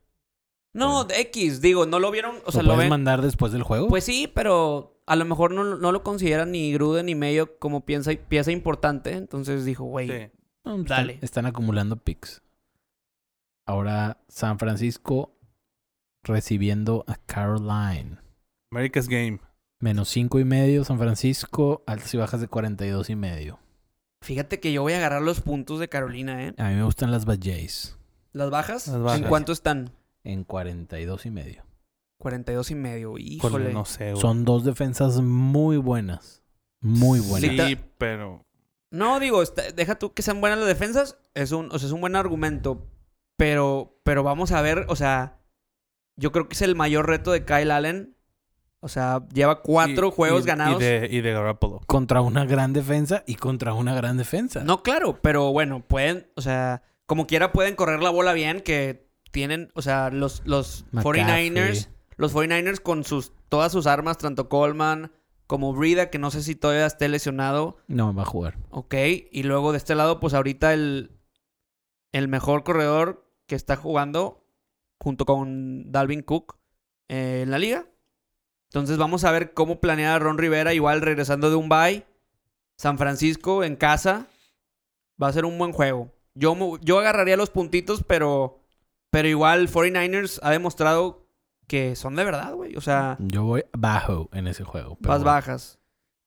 B: No, de X, digo, no lo vieron, o sea,
C: ¿Lo
B: lo
C: puedes
B: ven.
C: mandar después del juego?
B: Pues sí, pero a lo mejor no, no lo consideran ni Gruden ni Medio como piensa, pieza importante. Entonces dijo, güey,
A: Sí.
C: No, pues,
B: dale.
C: Están, están acumulando picks. Ahora San Francisco recibiendo a Caroline.
A: America's Game.
C: Menos cinco y medio, San Francisco, altas y bajas de 42 y medio.
B: fíjate que yo voy a agarrar los puntos de Carolina, ¿eh?
C: A mí me gustan las Bajays
B: ¿Las bajas?
A: Las bajas.
B: ¿En cuánto están?
C: en 42 y medio.
B: 42 y medio,
A: Híjole,
B: híjole.
A: No sé, güey.
C: Son dos defensas muy buenas. Muy buenas.
A: Sí, pero...
B: No, digo, está- deja tú que sean buenas las defensas. Es un, o sea, es un buen argumento. Pero, pero vamos a ver, o sea, yo creo que es el mayor reto de Kyle Allen. O sea, lleva cuatro
A: y-
B: juegos
A: y-
B: ganados.
A: Y de, y de Garoppolo.
C: Contra una gran defensa y contra una gran defensa.
B: No, claro, pero bueno, pueden, o sea, como quiera pueden correr la bola bien, que tienen, o sea, los, los
C: McCaffrey.
B: 49ers, los 49ers con sus, todas sus armas, tanto Coleman como Brida, que no sé si todavía esté lesionado.
C: No, va a jugar.
B: Ok, y luego de este lado, pues ahorita el, el mejor corredor que está jugando junto con Dalvin Cook eh, en la liga. Entonces vamos a ver cómo planea Ron Rivera, igual regresando de un bye. San Francisco en casa. Va a ser un buen juego. Yo, mo- yo agarraría los puntitos, pero, pero igual 49ers ha demostrado que son de verdad, güey. O sea,
C: Yo voy bajo en ese juego. Mm, pero
B: más
C: bueno.
B: bajas.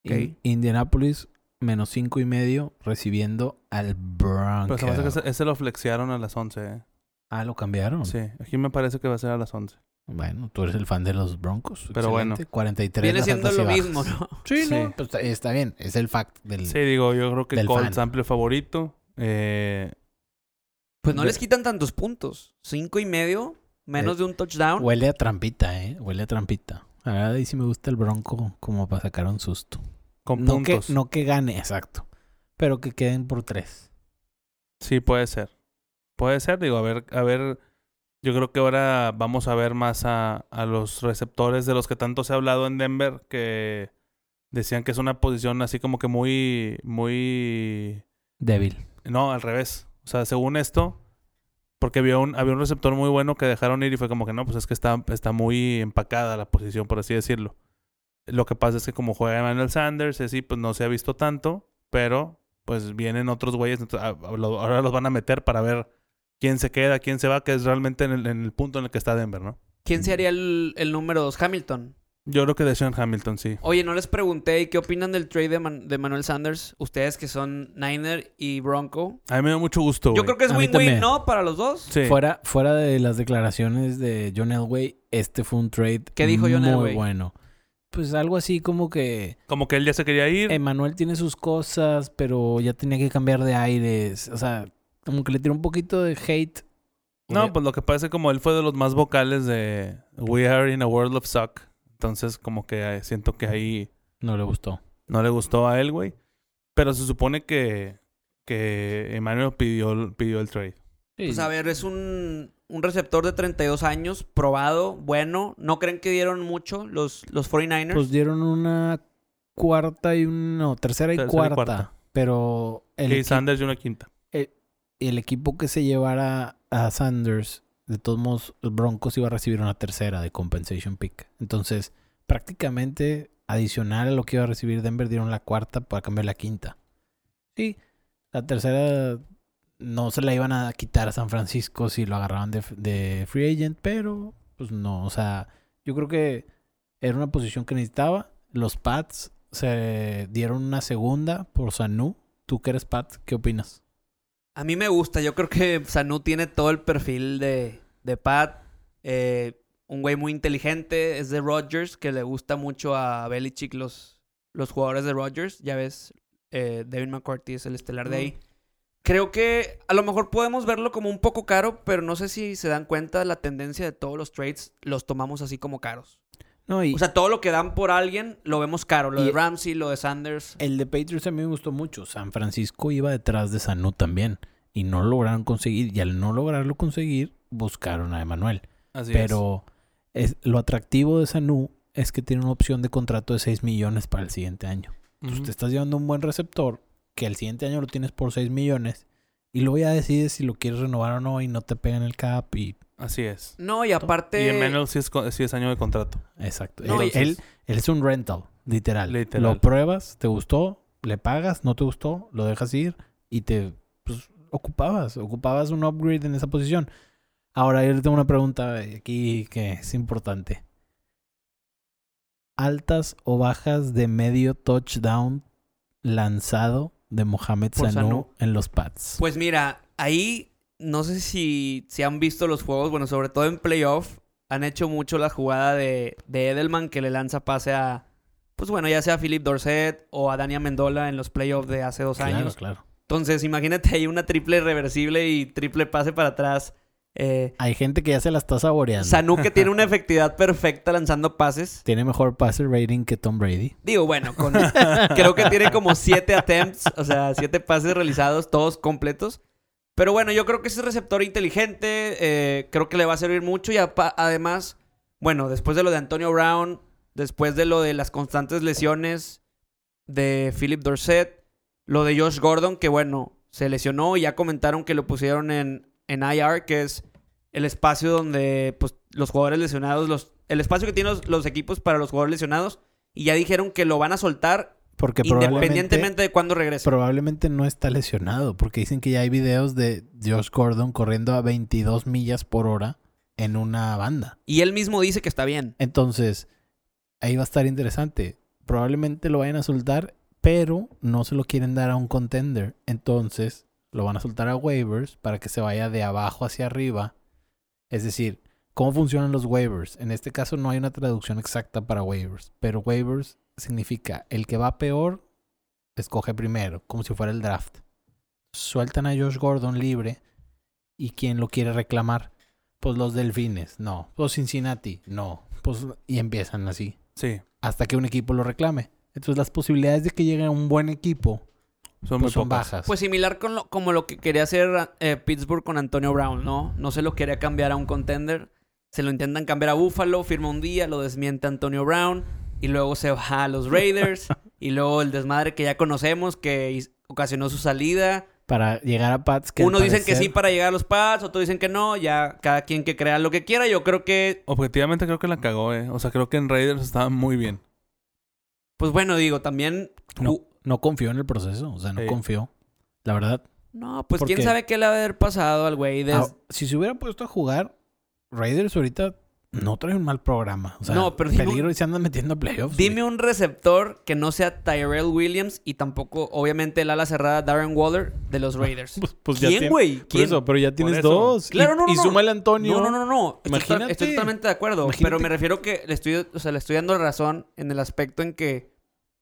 B: Ok.
C: In- Indianapolis, menos cinco y medio, recibiendo al
A: Pero se me hace que
C: Broncos.
A: ese, ese lo flexiaron a las 11, ¿eh?
C: Ah, lo cambiaron.
A: Sí, aquí me parece que va a ser a las 11.
C: Bueno, tú eres el fan de los Broncos.
A: Pero bueno.
C: 43
B: Viene
C: las
B: siendo
C: altas y
B: lo
C: bajas.
B: mismo, ¿no?
C: Sí,
A: Sí.
C: no, pues, está- está bien. Es el fact del...
A: Sí, digo, yo creo que
C: Del
A: Colts
C: fan.
A: amplio favorito. Eh,
B: Pues no
A: De-
B: les quitan tantos puntos. Cinco y medio,
C: Eh,
B: menos de, un touchdown.
C: Huele a trampita, ¿eh? Huele a trampita. La verdad, ahí sí me gusta el bronco como para sacar un susto.
A: con
C: no, que,
A: puntos.
C: no que gane, exacto. Pero que queden por tres.
A: Sí, puede ser. Puede ser, digo, a ver, a ver. Yo creo que ahora vamos a ver más a, a los receptores de los que tanto se ha hablado en Denver, que decían que es una posición así como que muy, muy...
C: Débil.
A: No, al revés. O sea, según esto, Porque había un, había un receptor muy bueno que dejaron ir y fue como que no, pues es que está, está muy empacada la posición, por así decirlo. Lo que pasa es que como juega Emmanuel Sanders, y así, pues no se ha visto tanto, pero pues vienen otros güeyes, entonces, a- a- lo- ahora los van a meter para ver quién se queda, quién se va, que es realmente en el, en el punto en el que está Denver, ¿no?
B: ¿Quién sería el, el número dos? Hamilton.
A: Yo creo que Deshaun Hamilton, sí.
B: Oye, no les pregunté ¿y qué opinan del trade de, Man- de Manuel Sanders, ustedes que son Niner y Bronco.
A: A mí me dio mucho gusto,
B: Yo
A: güey.
B: creo que es
C: A mí
B: win-win,
C: también.
B: ¿no? Para los dos.
A: Sí.
C: Fuera, fuera de las declaraciones de John Elway, este fue un trade
B: ¿Qué dijo John
C: muy
B: Elway?
C: bueno. Pues algo así como que
A: Como que él ya se quería ir.
C: Emanuel tiene sus cosas, pero ya tenía que cambiar de aires. O sea, como que le tiró un poquito de hate.
A: no, pues lo que pasa es que como él fue de los más vocales de We Are in a World of Suck. Entonces, como que eh, siento que ahí
C: No le gustó.
A: no le gustó a él, güey. Pero se supone que, que Emmanuel pidió, el- pidió el trade.
B: Pues a ver, es un, un receptor de 32 años, probado, bueno. ¿No creen que dieron mucho los, los 49ers?
C: Pues dieron una cuarta y una... No, tercera y,
A: Tercera y
C: cuarta,
A: cuarta.
C: Pero el,
A: Y
C: equi-
A: Sanders y una quinta.
C: el equipo que se llevara a Sanders, de todos modos, los Broncos iba a recibir una tercera de compensation pick. Entonces, prácticamente adicional a lo que iba a recibir Denver, dieron la cuarta para cambiar la quinta. Sí, la tercera no se la iban a quitar a San Francisco si lo agarraban de, de free agent, pero pues no, o sea, yo creo que era una posición que necesitaba. Los Pats se dieron una segunda por Sanu. Tú que eres Pat, ¿qué opinas?
B: A mí me gusta. Yo creo que Sanu tiene todo el perfil de, de Pat. Eh, un güey muy inteligente. Es de Rodgers, que le gusta mucho a Belichick los, los jugadores de Rodgers. Ya ves, eh, Devin McCourty es el estelar de ahí. Creo que a lo mejor podemos verlo como un poco caro, pero no sé si se dan cuenta de la tendencia de todos los trades, los tomamos así como caros.
C: No, y
B: O sea, todo lo que dan por alguien lo vemos caro. Lo
C: Y-
B: de Ramsey, lo de Sanders.
C: el de Patriots a mí me gustó mucho. San Francisco iba detrás de Sanu también y no lo lograron conseguir. Y al no lograrlo conseguir, buscaron a Emanuel.
A: Así
C: Pero es- lo atractivo de Sanu es que tiene una opción de contrato de 6 millones para el siguiente año.
A: es.
C: Entonces
A: Ujú.
C: te estás llevando un buen receptor que el siguiente año lo tienes por 6 millones y luego ya decides si lo quieres renovar o no y no te pegan el cap y...
A: Así es.
B: No, y aparte.
A: Y Emmanuel sí es, co- sí es año de contrato.
C: Exacto.
B: No,
C: él,
B: y-
C: él- él es un rental, literal.
A: Literal.
C: Lo pruebas, te gustó, le pagas, no te gustó, lo dejas ir y te pues, ocupabas, ocupabas un upgrade en esa posición. Ahora yo le tengo una pregunta eh, aquí que es importante. ¿Altas o bajas de medio touchdown lanzado de Mohamed
B: Por
C: Sanu,
B: Sanu.
C: en los pads?
B: Pues mira, ahí no sé si, si han visto los juegos, bueno, sobre todo en playoff, han hecho mucho la jugada de, de Edelman que le lanza pase a, pues bueno, ya sea a Philip Dorset o a Dania Mendola en los playoffs de hace dos
C: claro,
B: años.
C: claro.
B: Entonces, imagínate ahí una triple reversible y triple pase para atrás. Eh,
C: Hay gente que ya se la está saboreando.
B: Sanu que tiene una efectividad perfecta lanzando pases.
C: Tiene mejor passer rating que Tom Brady.
B: Digo, bueno, con- creo que tiene como siete attempts, o sea, siete pases realizados, todos completos. Pero bueno, yo creo que es un receptor inteligente, eh, creo que le va a servir mucho y apa- además, bueno, después de lo de Antonio Brown, después de lo de las constantes lesiones de Philip Dorset, lo de Josh Gordon, que bueno, se lesionó y ya comentaron que lo pusieron en, en IR, que es el espacio donde pues, los jugadores lesionados, los, el espacio que tienen los- los equipos para los jugadores lesionados, y ya dijeron que lo van a soltar
C: Porque probablemente...
B: independientemente de cuándo regrese.
C: Probablemente no está lesionado, porque dicen que ya hay videos de Josh Gordon corriendo a 22 millas por hora en una banda.
B: Y él mismo dice que está bien.
C: Entonces, ahí va a estar interesante. Probablemente lo vayan a soltar, pero no se lo quieren dar a un contender. Entonces, lo van a soltar a waivers para que se vaya de abajo hacia arriba. Es decir, ¿cómo funcionan los waivers? En este caso no hay una traducción exacta para waivers, pero waivers significa el que va peor, escoge primero, como si fuera el draft. Sueltan a Josh Gordon libre y quien lo quiere reclamar. Pues los delfines, no. Pues Cincinnati, no. Pues y empiezan así.
A: Sí.
C: Hasta que un equipo lo reclame. Entonces las posibilidades de que llegue un buen equipo
A: Son
C: pues,
A: muy
C: son
A: pocas.
C: bajas.
B: Pues similar con lo, como lo que quería hacer eh, Pittsburgh con Antonio Brown, ¿no? No se lo quería cambiar a un contender. Se lo intentan cambiar a Buffalo, firma un día, lo desmiente Antonio Brown y luego se va a los Raiders y luego el desmadre que ya conocemos que is- ocasionó su salida.
C: para llegar a Pats que al
B: Uno dicen que
C: parecer-
B: sí para llegar a los pads, otros dicen que no. Ya cada quien que crea lo que quiera. Yo creo que,
A: Objetivamente creo que la cagó, eh. O sea, creo que en Raiders estaba muy bien.
B: pues bueno, digo, también.
C: No,
B: ju-
C: no confió en el proceso, o sea, no
A: Sí.
C: confió. La verdad,
B: No, pues
C: ¿Por
B: quién
C: qué?
B: sabe qué le va a haber pasado al güey. des-
C: ah, si se hubiera puesto a jugar, Raiders ahorita no trae un mal programa. O sea,
B: No, pero dime un-
C: peligro y se andan metiendo a playoffs.
B: Dime un receptor que no sea Tyrell Williams y tampoco, obviamente, el ala cerrada Darren Waller de los Raiders.
D: Pues, pues ya
B: ¿Quién,
D: tiene-
B: güey?
D: Por
B: ¿Quién?
D: eso, pero ya tienes
A: eso.
D: dos.
B: Claro,
D: y,
B: no, no,
D: Y
B: no.
D: suma el Antonio.
B: No, no, no, no. Estoy to-
D: Imagínate.
B: Estoy totalmente de acuerdo.
D: Imagínate.
B: Pero me refiero que le estoy, o sea, le estoy dando la razón en el aspecto en que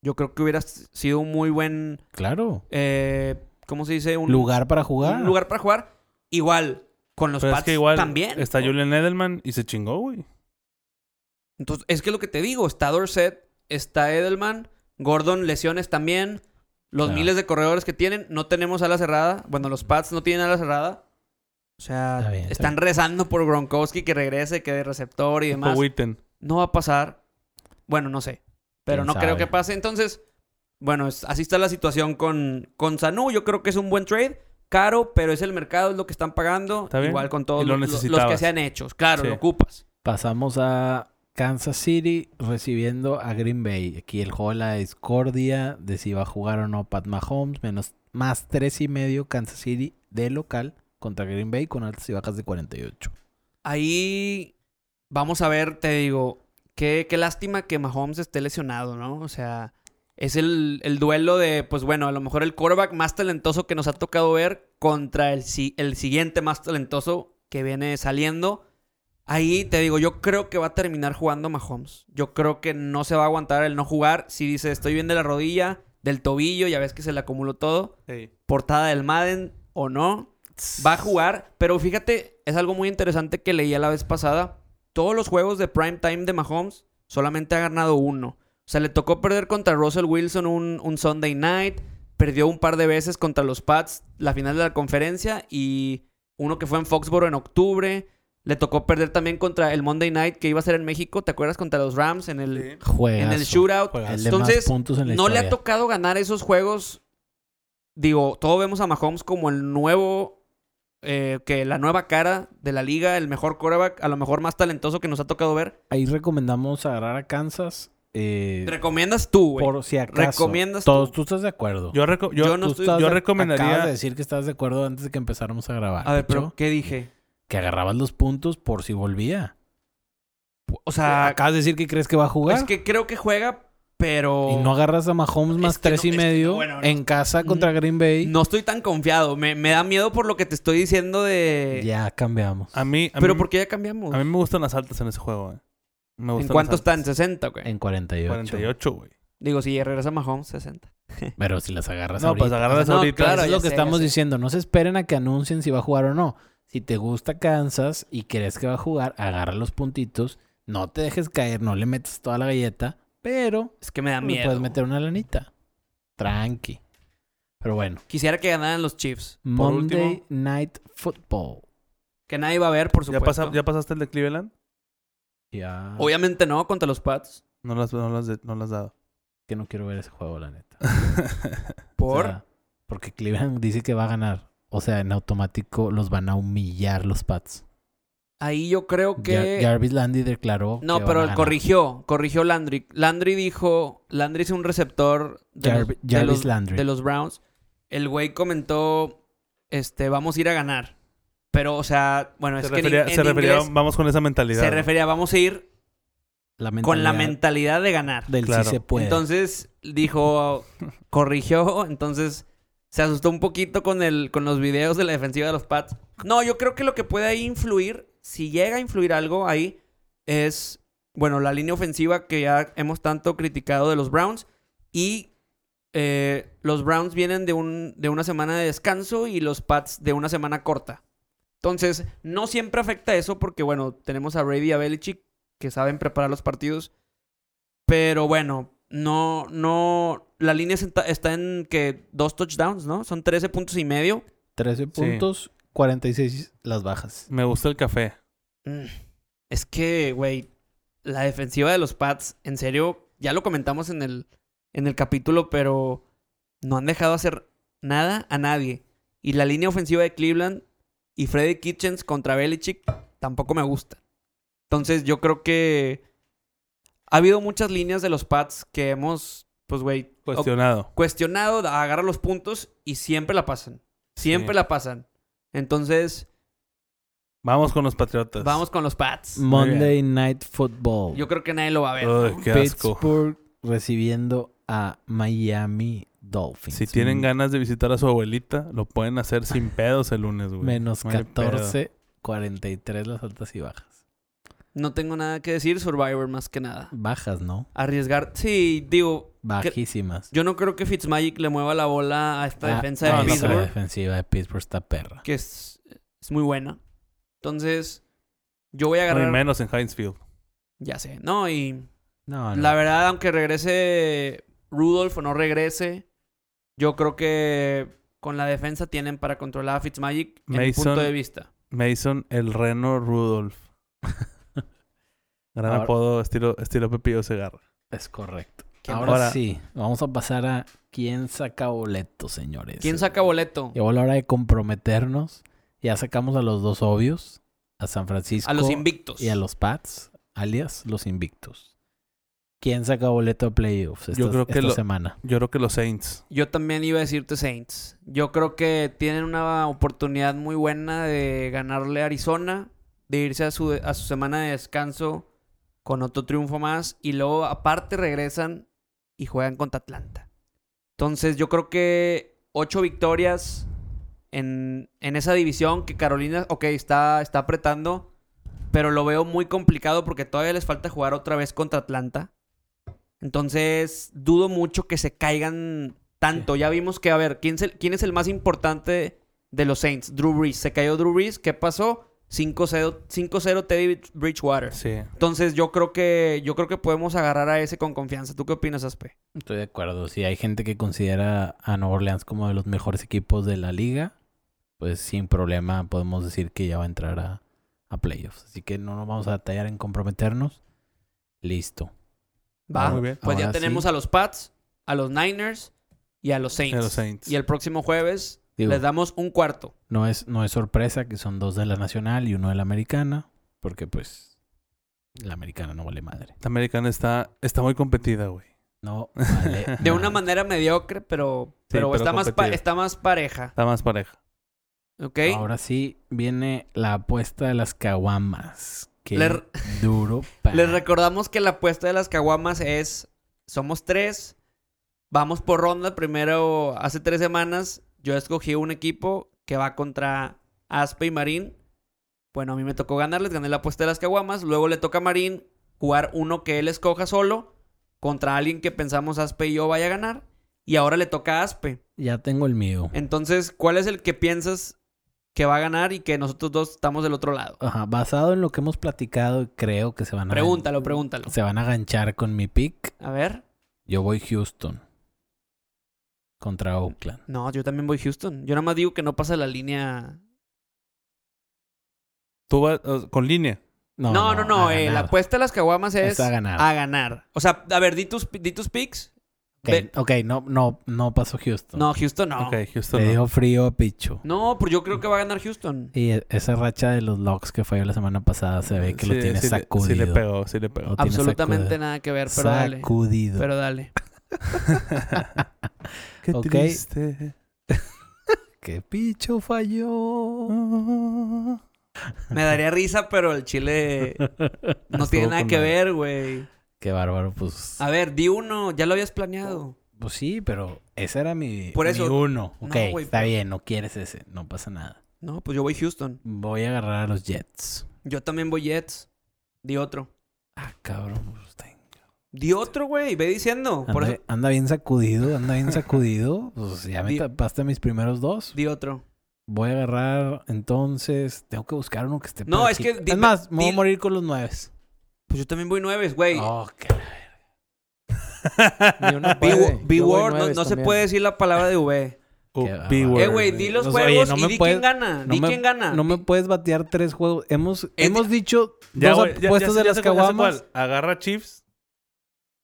B: yo creo que hubiera sido un muy buen,
C: Claro.
B: eh, ¿cómo se dice? Un
C: Lugar para
B: un
C: jugar.
B: lugar para jugar. Igual, con los
A: Pero
B: Pats
A: es que igual
B: también.
A: está Julian Edelman y se chingó, güey.
B: Entonces, es que lo que te digo, está Dorset, está Edelman, Gordon, lesiones también, los
C: Claro.
B: miles de corredores que tienen, no tenemos ala cerrada, bueno, los Pats no tienen ala cerrada. O sea,
C: Está bien, está
B: están rezando por Gronkowski que regrese, que de receptor y demás.
A: Tipo Witten.
B: No va a pasar. Bueno, no sé, pero
C: ¿Quién
B: no creo
C: sabe?
B: que pase. Entonces, bueno, es- así está la situación con, con Sanu. Yo creo que es un buen trade. Caro, pero es el mercado, es lo que están pagando.
A: Está bien.
B: Igual con todos
A: Y lo
B: los- los, los que
A: necesitabas.
B: sean hechos. Claro,
A: Sí.
B: lo ocupas.
C: Pasamos a Kansas City recibiendo a Green Bay. Aquí el juego de la discordia de si va a jugar o no Pat Mahomes. Menos, más tres y medio Kansas City de local contra Green Bay con altas y bajas de 48.
B: Ahí vamos a ver, te digo, qué, qué lástima que Mahomes esté lesionado, ¿no? O sea, es el, el duelo de, pues bueno, a lo mejor el quarterback más talentoso que nos ha tocado ver contra el, si- el siguiente más talentoso que viene saliendo. Ahí te digo, yo creo que va a terminar jugando Mahomes. Yo creo que no se va a aguantar el no jugar. Si dice, estoy bien de la rodilla, del tobillo, ya ves que se le acumuló todo portada del Madden o no. Va a jugar, pero fíjate, es algo muy interesante que leía la vez pasada. Todos los juegos de prime time de Mahomes solamente ha ganado uno. O sea, le tocó perder contra Russell Wilson un, un Sunday night, perdió un par de veces contra los Pats la final de la conferencia y uno que fue en Foxboro en octubre. Le tocó perder también contra el Monday night que iba a ser en México, ¿te acuerdas? Contra los Rams en el,
C: Juega.
B: en el shootout.
A: Juegazo.
C: El de más
B: Entonces,
C: puntos en la
B: no le ha
C: historia.
B: tocado ganar esos juegos. Digo, todos vemos a Mahomes como el nuevo, eh, que la nueva cara de la liga, el mejor quarterback, a lo mejor más talentoso que nos ha tocado ver.
C: Ahí recomendamos agarrar a Kansas. eh,
B: Te recomiendas tú, güey.
C: por si acaso.
B: recomiendas tú.
C: Todos, tú estás de acuerdo.
A: Yo, reco- yo,
B: Yo no
A: tú-
B: estoy-
A: yo
C: Estás de- Acabas de
A: recomendaría.
C: decir que estás de acuerdo antes de que empezáramos a grabar.
B: A ver,
C: Picho,
B: pero ¿qué dije?
C: Que agarrabas los puntos por si volvía.
B: O sea,
C: Acabas de decir que crees que va a jugar.
B: es que creo que juega, pero
C: Y no agarras a Mahomes más
B: que
C: tres
B: no-
C: y
B: es que
C: medio
B: no, bueno, no.
C: en casa contra Green Bay.
B: no estoy tan confiado. Me, me da miedo por lo que te estoy diciendo de...
C: Ya cambiamos.
A: A mí, a
B: Pero
A: mí-
B: ¿por qué ya cambiamos?
A: a mí me gustan las altas en ese juego, eh. Me
B: ¿En
A: gustan
B: cuánto
A: las
B: está? ¿En
A: altas.
B: 60, güey?
C: En 48.
A: 48, güey.
B: Digo, si regresa Mahomes, 60.
C: Pero si las agarras
A: No,
C: ahorita.
A: pues agarras
B: No,
A: ahorita.
B: claro,
C: Eso es
B: ya
C: lo
B: sé,
C: que
B: ya
C: estamos
B: sé.
C: diciendo. No se esperen a que anuncien si va a jugar o no. Si te gusta Kansas y crees que va a jugar, agarra los puntitos. No te dejes caer, no le metas toda la galleta. Pero
B: Es que me da
C: le
B: miedo.
C: Pues puedes meter una lanita. Tranqui. Pero bueno.
B: Quisiera que ganaran los Chiefs.
C: Monday
A: último.
C: Night Football.
B: Que nadie va a ver, por
A: ¿Ya,
B: supuesto.
A: pasa- ¿Ya pasaste el de Cleveland?
C: Ya.
B: Obviamente no, contra los Pats.
A: No las, no las, de- no las has dado.
C: Que no quiero ver ese juego, la neta. O
B: Por.
C: sea, porque Cleveland dice que va a ganar. O sea, en automático los van a humillar los Pats.
B: ahí yo creo que.
C: Jar- Jarvis Landy declaró. que
B: no,
C: van
B: pero
C: a
B: él
C: ganar.
B: corrigió. Corrigió Landry. Landry dijo. Landry es un receptor de,
C: Jarv-
B: los, de,
C: Jarvis
B: los,
C: Landry.
B: de los Browns. El güey comentó. Este, vamos a ir a ganar. Pero, o sea, bueno,
A: Se
B: es que en-
A: refería,
B: en
A: se refería-
B: inglés
A: vamos con esa mentalidad.
B: se
A: ¿no?
B: refería, vamos a ir
C: La
B: con la
C: mentalidad
B: mentalidad de ganar.
C: del
A: Claro.
C: sí se puede.
B: Entonces dijo, corrigió, entonces se asustó un poquito con, el, con los videos de la defensiva de los Pats. No, yo creo que lo que puede ahí influir, si llega a influir algo ahí, es, bueno, la línea ofensiva que ya hemos tanto criticado de los Browns y eh, los Browns vienen de, un, de una semana de descanso y los Pats de una semana corta. Entonces, no siempre afecta eso porque, bueno, tenemos a Brady y a Belichick que saben preparar los partidos. Pero bueno, no, no. La línea está, está en que dos touchdowns, ¿no? Son 13 puntos y medio.
C: 13 puntos, 46 las bajas.
A: Me gusta el café.
B: Mm. Es que, güey, la defensiva de los Pats, en serio, ya lo comentamos en el, en el capítulo, pero no han dejado hacer nada a nadie. Y la línea ofensiva de Cleveland y Freddy Kitchens contra Belichick tampoco me gusta. Entonces yo creo que ha habido muchas líneas de los Pats que hemos, pues güey, o-
A: Cuestionado.
B: cuestionado, da- agarra los puntos y siempre la pasan. Siempre
A: Sí.
B: la pasan. Entonces,
A: Vamos con los Patriotas.
B: vamos con los Pats.
C: Monday Night Football.
B: Yo creo que nadie lo va a ver.
A: Uy, qué asco.
C: Pittsburgh recibiendo a Miami Dolphins.
A: Si tienen ganas de visitar a su abuelita, lo pueden hacer sin pedos el lunes, güey.
C: Menos
A: No hay pedo.
C: 14, 43 las altas y bajas.
B: No tengo nada que decir, Survivor más que nada.
C: Bajas, ¿no?
B: Arriesgar, sí, digo,
C: Bajísimas.
B: yo no creo que Fitzmagic le mueva la bola a esta
C: Ah,
B: defensa
A: no,
B: de
A: no
C: esa
B: Pittsburgh,
C: defensiva de Pittsburgh está perra.
B: que es, es muy buena. Entonces, yo voy a
A: No, y
B: agarrar.
A: menos en Hinesfield.
B: ya sé, no, y
C: No, Ah, no.
B: la verdad, aunque regrese Rudolph o no regrese, yo creo que con la defensa tienen para controlar a Fitzmagic en mi
A: Mason-
B: punto de vista.
A: Mason el Reno Rudolph. Gran
C: Ahora-
A: apodo, estilo, estilo Pepillo Segarra.
C: Es correcto.
B: ¿Quién-
C: Ahora,
A: Ahora-
C: sí, vamos a pasar a quién saca boletos, señores.
B: ¿Quién saca boleto?
C: Llegó la hora de comprometernos. Ya sacamos a los dos obvios, a San Francisco
B: A los invictos.
C: y a los Pats, alias los invictos. ¿Quién saca boleto a playoffs esta,
A: Yo creo que
C: esta
A: lo-
C: semana?
A: Yo creo que los Saints.
B: Yo también iba a decirte Saints. Yo creo que tienen una oportunidad muy buena de ganarle a Arizona, de irse a su, a su semana de descanso con otro triunfo más y luego aparte regresan y juegan contra Atlanta. Entonces yo creo que ocho victorias en, en esa división que Carolina, ok, está, está apretando, pero lo veo muy complicado porque todavía les falta jugar otra vez contra Atlanta. Entonces dudo mucho que se caigan tanto. Ya vimos que, a ver, ¿quién es el, quién es el más importante de los Saints? Drew Brees. Se cayó Drew Brees. ¿Qué pasó? 5-0 5-0 Teddy Bridgewater.
A: Sí.
B: Entonces yo creo que yo creo que podemos agarrar a ese con confianza. ¿Tú qué opinas, Aspe?
C: Estoy de acuerdo. Si hay gente que considera a Nueva Orleans como de los mejores equipos de la liga, pues sin problema podemos decir que ya va a entrar a, a playoffs. Así que no nos vamos a detallar en comprometernos. Listo.
B: Va.
A: Muy bien.
B: Pues ya
C: Ahora
B: tenemos
C: sí.
B: a los Pats, a los Niners y a los Saints.
A: A los Saints.
B: Y el próximo jueves
C: Digo,
B: les damos un cuarto.
C: no, es, no es sorpresa que son dos de la nacional y uno de la americana, porque pues la americana no vale madre.
A: La americana está, está muy competida, güey.
C: No vale
B: De una
C: madre.
B: manera mediocre, pero, pero,
A: pero
B: está, más pa-
A: competitiva.
B: está más pareja.
A: Está más pareja.
B: ¿Ok?
C: Ahora sí viene la apuesta de las caguamas. Qué
B: Le r-
C: duro para...
B: Les recordamos que la apuesta de las caguamas es: somos tres, vamos por ronda. Primero, hace tres semanas, yo escogí un equipo que va contra Aspe y Marín. Bueno, a mí me tocó ganarles, gané la apuesta de las caguamas. Luego le toca a Marín jugar uno que él escoja solo contra alguien que pensamos Aspe y yo vaya a ganar. Y ahora le toca a Aspe.
C: Ya tengo el mío.
B: Entonces, ¿cuál es el que piensas que va a ganar y que nosotros dos estamos del otro lado?
C: Ajá, basado en lo que hemos platicado, creo que se van a...
B: Pregúntalo, pregúntalo.
C: Se van a ganchar con mi pick.
B: A ver.
C: Yo voy Houston. Contra Oakland.
B: No, yo también voy Houston. Yo nada más digo que no pasa la línea.
A: Tú vas eh, con línea.
B: No, no, no.
C: a
B: eh, la
C: ganar.
B: apuesta de las caguamas es
C: Es a ganar.
B: ganar. O sea, a ver, di tus, di tus picks.
C: Ok,
B: ve-
C: ok, no, no, no pasó Houston.
B: No, Houston no.
A: Ok, Houston.
C: Le
A: no.
C: dio frío a Pichu.
B: No, pues yo creo que va a ganar Houston.
C: Y e- esa racha de los locks que falló la semana pasada se ve que lo
A: Sí,
C: tiene
A: sí le-
C: sacudido.
A: Sí, le pegó, sí le pegó.
C: Lo tiene
B: Absolutamente
C: sacudido.
B: nada que ver, pero dale.
C: Sacudido.
B: Pero dale.
A: Qué
C: Ok.
A: triste.
C: Que Pichu falló.
A: Ah.
B: Me daría risa, pero el Chile no tiene
C: Estuvo
B: nada
C: con
B: que
C: madre.
B: ver, güey.
C: Qué bárbaro, pues.
B: A ver, di uno. Ya lo habías planeado.
C: Pues sí, pero ese era mi,
B: Por
C: mi
B: eso-
C: uno.
B: No,
C: Ok,
B: güey,
C: está
B: pero-
C: bien, no quieres ese, no pasa nada.
B: No, pues yo voy Houston.
C: Voy a agarrar a los Jets.
B: Yo también voy Jets. Di otro.
C: Ah, cabrón. pues, ten-
B: Di otro, güey. Ve diciendo.
C: Anda,
B: Por eso,
C: anda bien sacudido, anda bien sacudido. Pues ya me
B: Di-
C: tapaste mis primeros dos.
B: di otro.
C: Voy a agarrar, entonces, tengo que buscar uno que esté.
B: No,
C: por
B: es
C: aquí.
B: que di-
C: Es más, me voy a
B: di-
C: morir con los nueves.
B: Pues yo también voy nueve, güey.
C: Oh, qué-
D: Ni uno
B: B-
D: puede. Yo voy
B: B-Word, no,
D: nueves
B: no se
D: también.
B: puede decir la palabra de V.
A: Oh,
C: Qué
A: B
C: bárbaro.
A: word.
B: eh, güey, di los
C: Oye,
B: juegos
C: no
B: y
C: me
B: di
C: puedes-
B: quién gana.
C: no
B: Ah, di
C: me-
B: quién gana.
C: No me puedes batear tres juegos. Hemos, hemos dicho
A: Ya,
C: dos
A: güey, ya-
C: apuestas
A: ya-
C: de
A: ya
C: las
A: sé cuál, ya sé cuál.
C: caguamas.
A: Agarra Chiefs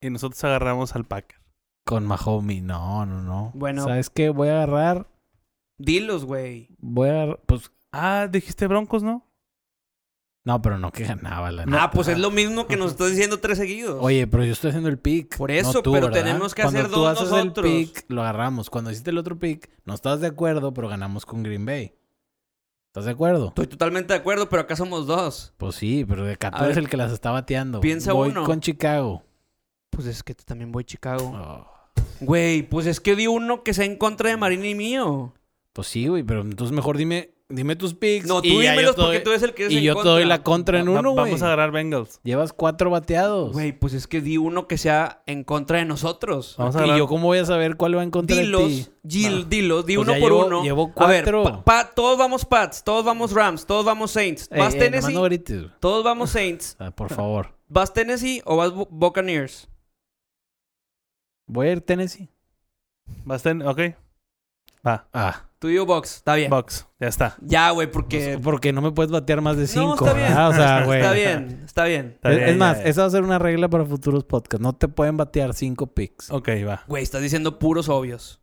A: y nosotros agarramos al Packer.
C: Con Mahomi, no, no, no.
B: Bueno.
C: ¿Sabes qué? Voy a agarrar
B: Dilos, güey.
C: Voy a. Pues.
A: Ah, dijiste Broncos, ¿no?
C: No, pero no que ganaba la
B: Ah,
C: neta.
B: pues es lo mismo que nos estás diciendo tres seguidos.
C: Oye, pero yo estoy haciendo el pick.
B: Por
C: no
B: eso,
C: tú,
B: pero
C: ¿verdad?
B: tenemos que
C: Cuando
B: hacer
C: tú
B: dos
C: haces
B: nosotros.
C: el pick, lo agarramos. Cuando hiciste el otro pick, no estabas de acuerdo, pero ganamos con Green Bay. ¿Estás de acuerdo?
B: Estoy totalmente de acuerdo, pero acá somos dos.
C: Pues sí, pero de
B: A
C: 14
B: ver,
C: es el que las está bateando.
B: piensa
C: Voy
B: uno.
C: con Chicago.
B: Pues es que también voy a Chicago.
C: Oh,
B: Güey, pues es que di uno que sea en contra de Marina y mío.
C: pues sí, güey, pero entonces mejor dime, dime tus picks.
B: No, tú
C: y ya yo
B: dímelos
C: te
B: porque
C: doy-
B: tú eres el que es
C: Y
B: en
C: yo
B: contra.
C: te doy la contra en
A: Va-
C: uno, güey.
A: Vamos a agarrar Bengals.
C: Llevas cuatro bateados.
B: Güey, pues es que di uno que sea en contra de nosotros.
A: Vamos a
C: ¿Y
A: agarrar.
C: yo cómo voy a saber cuál va en contra de ti?
B: Dilos, Gil,
C: No.
B: dilos, di
C: Pues
B: uno
C: ya
B: por
C: llevo-
B: uno.
C: llevo
B: A
C: cuatro.
B: ver, pa- pa- todos vamos Pats, todos vamos Rams, todos vamos Saints.
C: Ey,
B: ¿Vas
C: ey, Eh, nomás
B: Tennessee?
C: no grites, güey.
B: Todos vamos Saints.
C: O sea, por favor.
B: ¿Vas Tennessee o vas Bu- Buccaneers?
C: Voy a ir Tennessee.
A: Vas ten- Ok. Va.
C: Ah,
B: Tú y yo Box, está bien.
A: Bucks. Ya está.
B: Ya, güey, porque...
C: porque no me puedes batear más de cinco.
B: Pues, No, está bien.
C: ¿verdad? O sea, güey.
B: Está bien, está bien.
A: Está
C: Es,
A: bien,
C: es
A: ya,
C: más,
A: ya.
C: esa va a ser una regla para futuros podcasts. No te pueden batear cinco picks.
A: Ok, va.
B: Güey, estás diciendo puros obvios.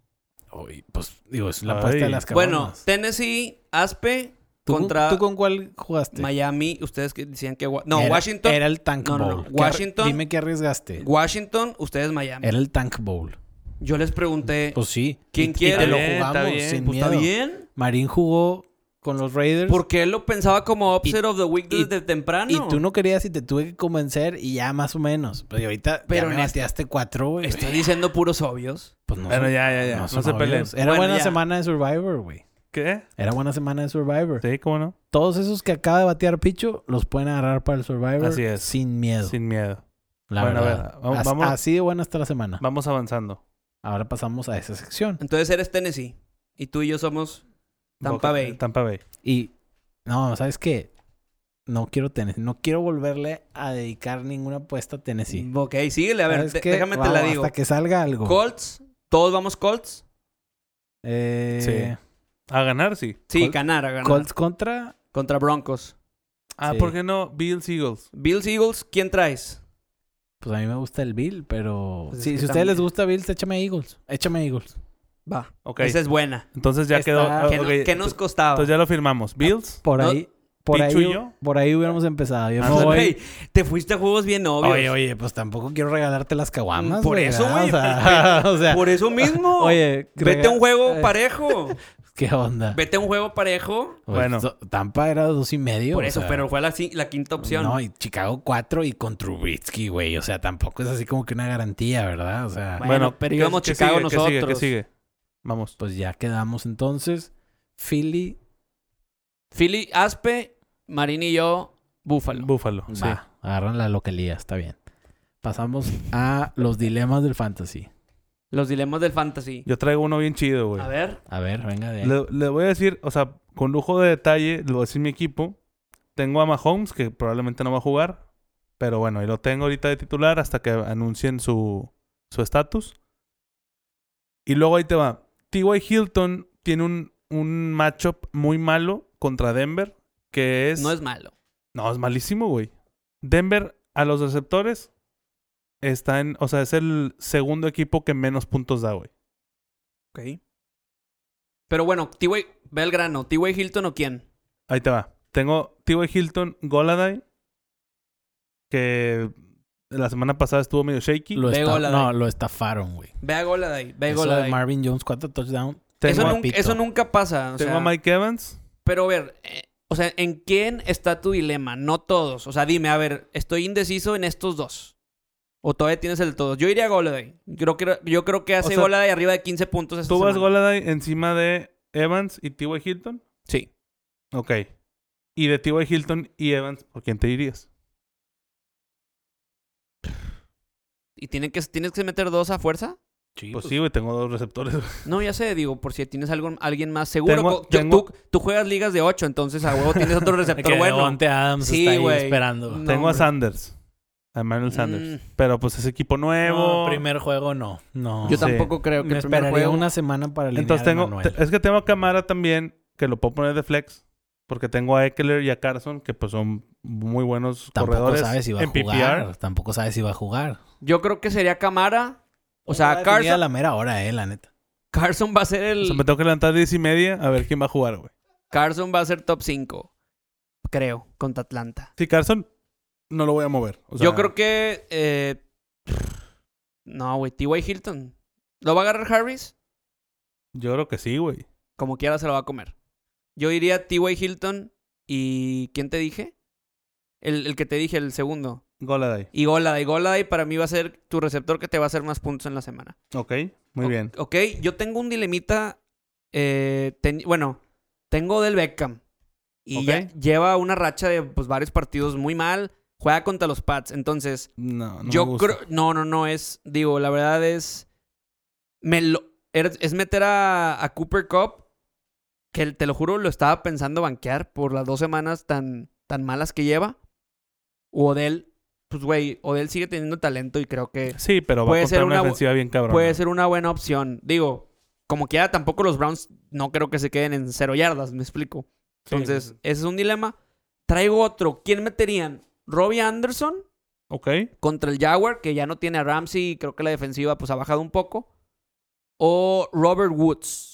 C: Uy, pues, digo, es la apuesta
A: Ay.
C: de las
B: Bueno,
C: cabronas.
B: Tennessee, Aspe
C: ¿Tú,
B: contra
C: ¿Tú con cuál jugaste?
B: Miami. Ustedes que decían que... wa- No,
C: Era-
B: Washington.
C: Era el Tank
B: No, no, no.
C: Bowl. ¿Qué arri-
B: Washington-
C: Dime qué arriesgaste.
B: Washington, ustedes Miami.
C: Era el Tank Bowl.
B: Yo les pregunté...
C: Pues sí.
B: Eh, ¿Quién
C: Y- y
B: quiere?
C: te lo
A: Está bien,
C: jugamos
A: está bien.
C: sin
B: pues,
C: miedo.
B: ¿Está bien?
C: Marín jugó con los Raiders.
B: Porque él lo pensaba como upset of the week
C: y-
B: desde temprano.
C: Y tú no querías y te tuve que convencer y ya más o menos. Pero ahorita
B: Pero
C: Pero ya
B: en
C: me
B: este-
C: bateaste cuatro, güey.
B: Estás diciendo puros obvios.
C: Pues no
A: Bueno,
C: son-
A: ya, ya, ya. No,
C: son
A: se peleen.
C: obvios. Era
B: Bueno,
C: buena
B: ya.
C: semana de Survivor, güey.
A: ¿Qué?
C: Era buena semana de Survivor.
A: Sí, ¿cómo no?
C: Todos esos que acaba de batear Picho los pueden agarrar para el Survivor
A: Así es.
C: sin miedo.
A: Sin miedo.
C: La
A: Bueno, a
C: verdad.
A: ver, vamos-
C: As-
A: vamos-
C: Así de buena está la semana.
A: Vamos avanzando.
C: Ahora pasamos a esa sección.
B: Entonces eres Tennessee. Y tú y yo somos Tampa
A: Boca-
B: Bay.
A: Tampa Bay.
C: Y no, ¿sabes qué? No quiero Tennessee. No quiero volverle a dedicar ninguna apuesta a Tennessee.
B: Ok, síguele. A ver,
C: ¿Sabes
B: de-
C: qué?
B: déjame te
C: Vamos,
B: la digo.
C: Hasta que salga algo.
B: Colts. Todos vamos Colts.
C: Eh,
A: Sí. A ganar, sí.
B: Sí,
C: Colts.
B: ganar, a ganar.
C: Colts contra.
B: Contra Broncos.
A: Ah,
C: Sí.
A: ¿por qué no? Bills Eagles.
B: Bills, Eagles, ¿quién traes?
C: Pues a mí me gusta el Bill, pero.
B: Pues es
C: Sí,
B: que
C: si a ustedes les
B: también-
C: gusta Bills, échame Eagles. Échame Eagles.
B: Va.
A: Ok.
B: Esa es buena.
A: Entonces ya
C: Está-
A: quedó.
C: Ah,
B: ¿Qué, no- Ah,
A: ok.
B: qué nos costaba?
A: Entonces ya lo firmamos. Bills.
C: Por
B: No,
C: ahí. Por
A: ¿Pichu y
C: ahí,
A: yo?
C: por ahí hubiéramos empezado. Yo me
A: Ándale.
C: voy-
B: Güey, te fuiste a juegos bien obvios.
C: Oye, oye, pues tampoco quiero regalarte las caguamas.
B: Por
C: güey,
B: eso,
C: ¿verdad?
B: güey.
C: O sea, o sea,
B: Por eso mismo.
C: oye,
B: Vete a un juego
C: eh,
B: parejo.
C: ¿Qué onda?
B: Vete a un juego parejo.
C: Pues,
A: Bueno.
C: so- Tampa era dos y medio.
B: Por
C: o
B: eso,
C: sea,
B: pero fue la, ci- la quinta opción.
C: No, y Chicago 4 y con Trubisky, güey. O sea, tampoco es así como que una garantía, ¿verdad? O sea,
B: Bueno, pero
A: ¿qué-
B: íbamos
A: qué
B: Chicago
A: sigue? ¿Qué sigue? ¿Qué
B: nosotros.
A: sigue? Vamos.
C: pues ya quedamos entonces. Philly,
B: Philly, Aspe, Marín y yo, Búfalo.
A: Búfalo. Sí.
C: va, agarran la localidad, está bien. Pasamos a los dilemas del fantasy.
B: Los dilemas del fantasy.
A: Yo traigo uno bien chido, güey.
B: A ver.
C: A ver, venga de ahí.
A: Le, le voy a decir, o sea, con lujo de detalle, lo voy a decir mi equipo. Tengo a Mahomes, que probablemente no va a jugar. Pero bueno, y lo tengo ahorita de titular hasta que anuncien su su estatus. y luego ahí te va. T.Y. Hilton tiene un, un matchup muy malo contra Denver, que es...
B: No es malo.
A: No, es malísimo, güey. Denver a los receptores está en, o sea, es el segundo equipo que menos puntos da, güey.
B: Ok. Pero bueno, T-Way, ve el grano. ¿T-Way Hilton o quién?
A: Ahí te va. Tengo T.Y. Hilton, Goladay, que la semana pasada estuvo medio shaky.
C: Lo,
B: de
C: esta-
B: Goladay.
C: no, lo estafaron, güey.
B: Ve a Gola de ahí. Ve a
C: Eso
B: Gola de
C: de
B: ahí.
C: Marvin Jones, cuatro touchdowns.
A: tengo
B: Eso,
A: a,
B: nun-
C: Pito.
B: eso nunca pasa. o
A: tengo
B: sea,
A: a Mike Evans.
B: Pero a ver, eh, o sea, ¿en quién está tu dilema? No todos. O sea, dime, a ver, estoy indeciso en estos dos. O todavía tienes el todos. Yo iría a Goladay. Creo que, yo creo que hace
A: sea,
B: Gola de arriba de 15 puntos. esta
A: ¿Tú vas
B: semana.
A: Goladay encima de Evans y T.Y. Hilton?
B: Sí.
A: Ok. Y de T.Y. Hilton y Evans, ¿por quién te irías?
B: ¿Y tienen que, tienes que meter dos a fuerza?
A: Pues sí, güey, tengo dos receptores.
B: No, ya sé, digo, por si tienes algo, alguien más seguro.
A: Tengo-
B: Co- yo-
A: tengo-
B: tú, tú juegas ligas de 8, entonces a huevo tienes otro receptor bueno.
C: Adams
B: Sí,
C: está ahí
B: güey.
C: esperando.
B: No,
A: tengo a
B: hombre. Mm.
A: Sanders. A Manuel Sanders. Pero pues es equipo nuevo.
C: No, primer juego no. No.
B: Yo
A: Sí.
B: tampoco creo que
C: Me
B: el primer
C: esperaría
B: juego-
C: una semana para alinear
A: Entonces tengo.
C: a Manuel.
A: te- es que tengo a Camara también, que lo puedo poner de flex. Porque tengo a Eckler y a Carson, que pues son muy buenos
C: Tampoco
A: corredores.
C: sabes si va a
A: en
C: jugar.
A: PPR.
C: Tampoco sabes si va a jugar.
B: Yo creo que sería Camara. O
C: No
B: sea,
C: la tenía
B: Carson.
C: la mera hora, eh, la neta.
B: Carson va a ser
A: O sea, me
B: el.
A: tengo que levantar a 10 y media a ver quién va a jugar, güey.
B: Carson va a ser top 5. Creo, contra Atlanta.
A: Sí, Carson, no lo voy a mover. O sea,
B: Yo creo que. eh, no, güey. T.Y. Hilton. ¿Lo va a agarrar Harris?
A: Yo creo que sí, güey.
B: Como quiera se lo va a comer. Yo diría T.Y. Hilton y. ¿Quién te dije? El, el que te dije, el segundo.
A: Goladay.
B: Y Goladay. Goladay para mí va a ser tu receptor que te va a hacer más puntos en la semana.
A: Ok, muy
B: O-
A: bien.
B: Ok, yo tengo un dilemita. eh, ten- bueno, tengo del Beckham. Y
A: Ok.
B: ya lleva una racha de pues, varios partidos muy mal. Juega contra los Pats. Entonces,
A: No, no me
B: yo
A: gusta.
B: creo. No, no, no. Es. Digo, la verdad es. me lo- er- es meter a, a Cooper Cup. Que te lo juro, lo estaba pensando banquear por las dos semanas tan, tan malas que lleva. O Odell. Pues, güey, Odell sigue teniendo talento y creo que.
A: Sí, pero va a
B: Puede ser
A: contra una
B: una bu-
A: defensiva bien cabrón.
B: Puede ser una buena opción. Digo, como quiera, tampoco los Browns no creo que se queden en cero yardas, me explico.
A: Sí.
B: Entonces, ese es un dilema. Traigo otro. ¿Quién meterían? Robbie Anderson
A: Ok.
B: contra el Jaguar, que ya no tiene a Ramsey y creo que la defensiva pues ha bajado un poco. O Robert Woods.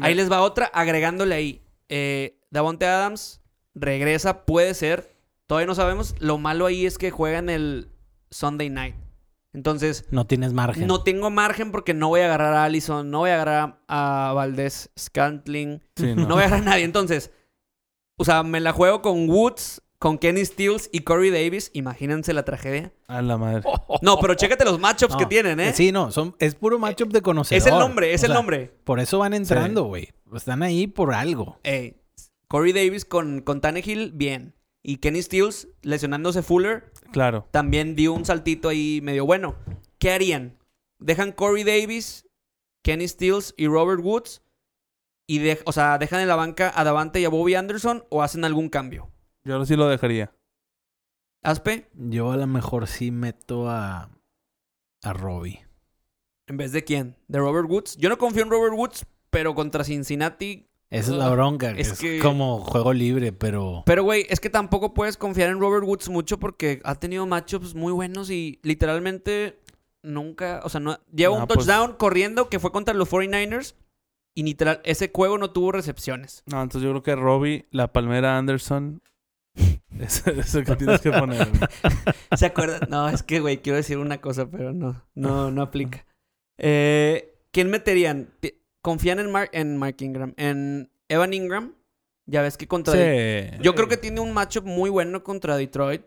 B: Ahí les va otra, agregándole ahí. Eh, Davonte Adams regresa, puede ser. Todavía no sabemos. Lo malo ahí es que juegan el Sunday night. Entonces,
C: No tienes margen.
B: no tengo margen porque no voy a agarrar a Allison, no voy a agarrar a a Valdés Scantling,
A: Sí,
B: no.
A: no.
B: voy a agarrar a nadie. Entonces, o sea, me la juego con Woods, con Kenny Stills y Corey Davis. Imagínense la tragedia.
A: A la madre.
B: No, pero chécate los matchups
C: No.
B: que tienen, ¿eh?
C: Sí, no, son, es puro matchup de conocer.
B: es el nombre, es el nombre.
C: Por eso van entrando, güey. Están ahí por algo.
B: Ey, Corey Davis con, con Tannehill, bien. Y Kenny Stills, lesionándose Fuller,
A: Claro.
B: también dio un saltito ahí medio bueno. ¿Qué harían? Dejan Corey Davis, Kenny Stills y Robert Woods. Y de- o sea, dejan en la banca a Davante y a Bobby Anderson o hacen algún cambio.
A: Yo sí lo dejaría.
B: Aspe,
C: Yo a lo mejor sí meto a. A Robbie.
B: ¿en vez de quién? ¿De Robert Woods? Yo no confío en Robert Woods, pero contra Cincinnati.
C: Esa es la bronca. que
B: Ah, Es
C: Es,
B: que-
C: como juego libre, pero.
B: Pero, güey, es que tampoco puedes confiar en Robert Woods mucho porque ha tenido matchups muy buenos y literalmente nunca. O sea, no, lleva
A: No,
B: un
A: pues-
B: touchdown corriendo que fue contra los 49ers y literal, ese juego no tuvo recepciones.
A: No, entonces yo creo que Robbie, la palmera Anderson. Es, es el que tienes que poner. güey.
B: ¿Se acuerdan? No, es que, güey, quiero decir una cosa, pero no, no, no aplica. Eh, ¿Quién meterían? Pi- ¿Confían en, Mark, en Mark Ingram? ¿En Evan Ingram? Ya ves que contra... De-
A: Sí.
B: Yo creo que tiene un matchup muy bueno contra Detroit,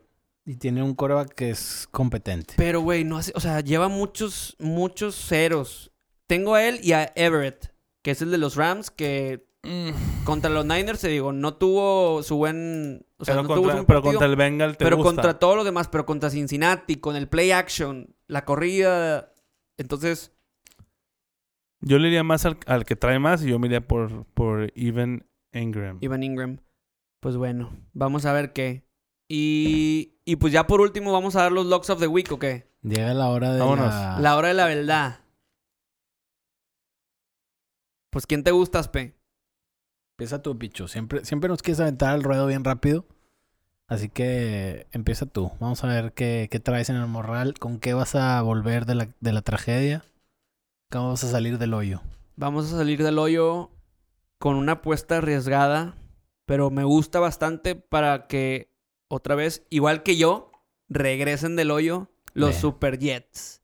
C: Y tiene un coreback que es competente.
B: pero, güey, no hace... O sea, lleva muchos, muchos ceros. Tengo a él y a Everett, que es el de los Rams, que
A: Mm.
B: contra los Niners, te digo, no tuvo su buen... O sea,
A: pero,
B: no tuvo su
A: contra,
B: buen
A: pero
B: partido.
A: contra el Bengal te
B: pero
A: gusta.
B: contra todos los demás, pero contra Cincinnati, con el play action, la corrida. Entonces,
A: Yo le iría más al, al que trae más y yo me iría por, por Even Ingram.
B: Ivan Ingram, pues bueno, vamos a ver qué. Y, y pues ya por último vamos a dar los locks of the week, ¿o qué?
C: Llega la hora de.
A: Vámonos.
C: La...
B: La hora de la verdad. Pues ¿quién te gustas, P?
C: Empieza tú, Pichu. Siempre, siempre nos quieres aventar al ruedo bien rápido. Así que empieza tú. Vamos a ver qué, qué traes en el morral. ¿Con qué vas a volver de la, de la tragedia? ¿Cómo vas a salir del hoyo?
B: Vamos a salir del hoyo con una apuesta arriesgada, pero me gusta bastante para que otra vez, igual que yo, regresen del hoyo los
C: Bien.
B: Super Jets.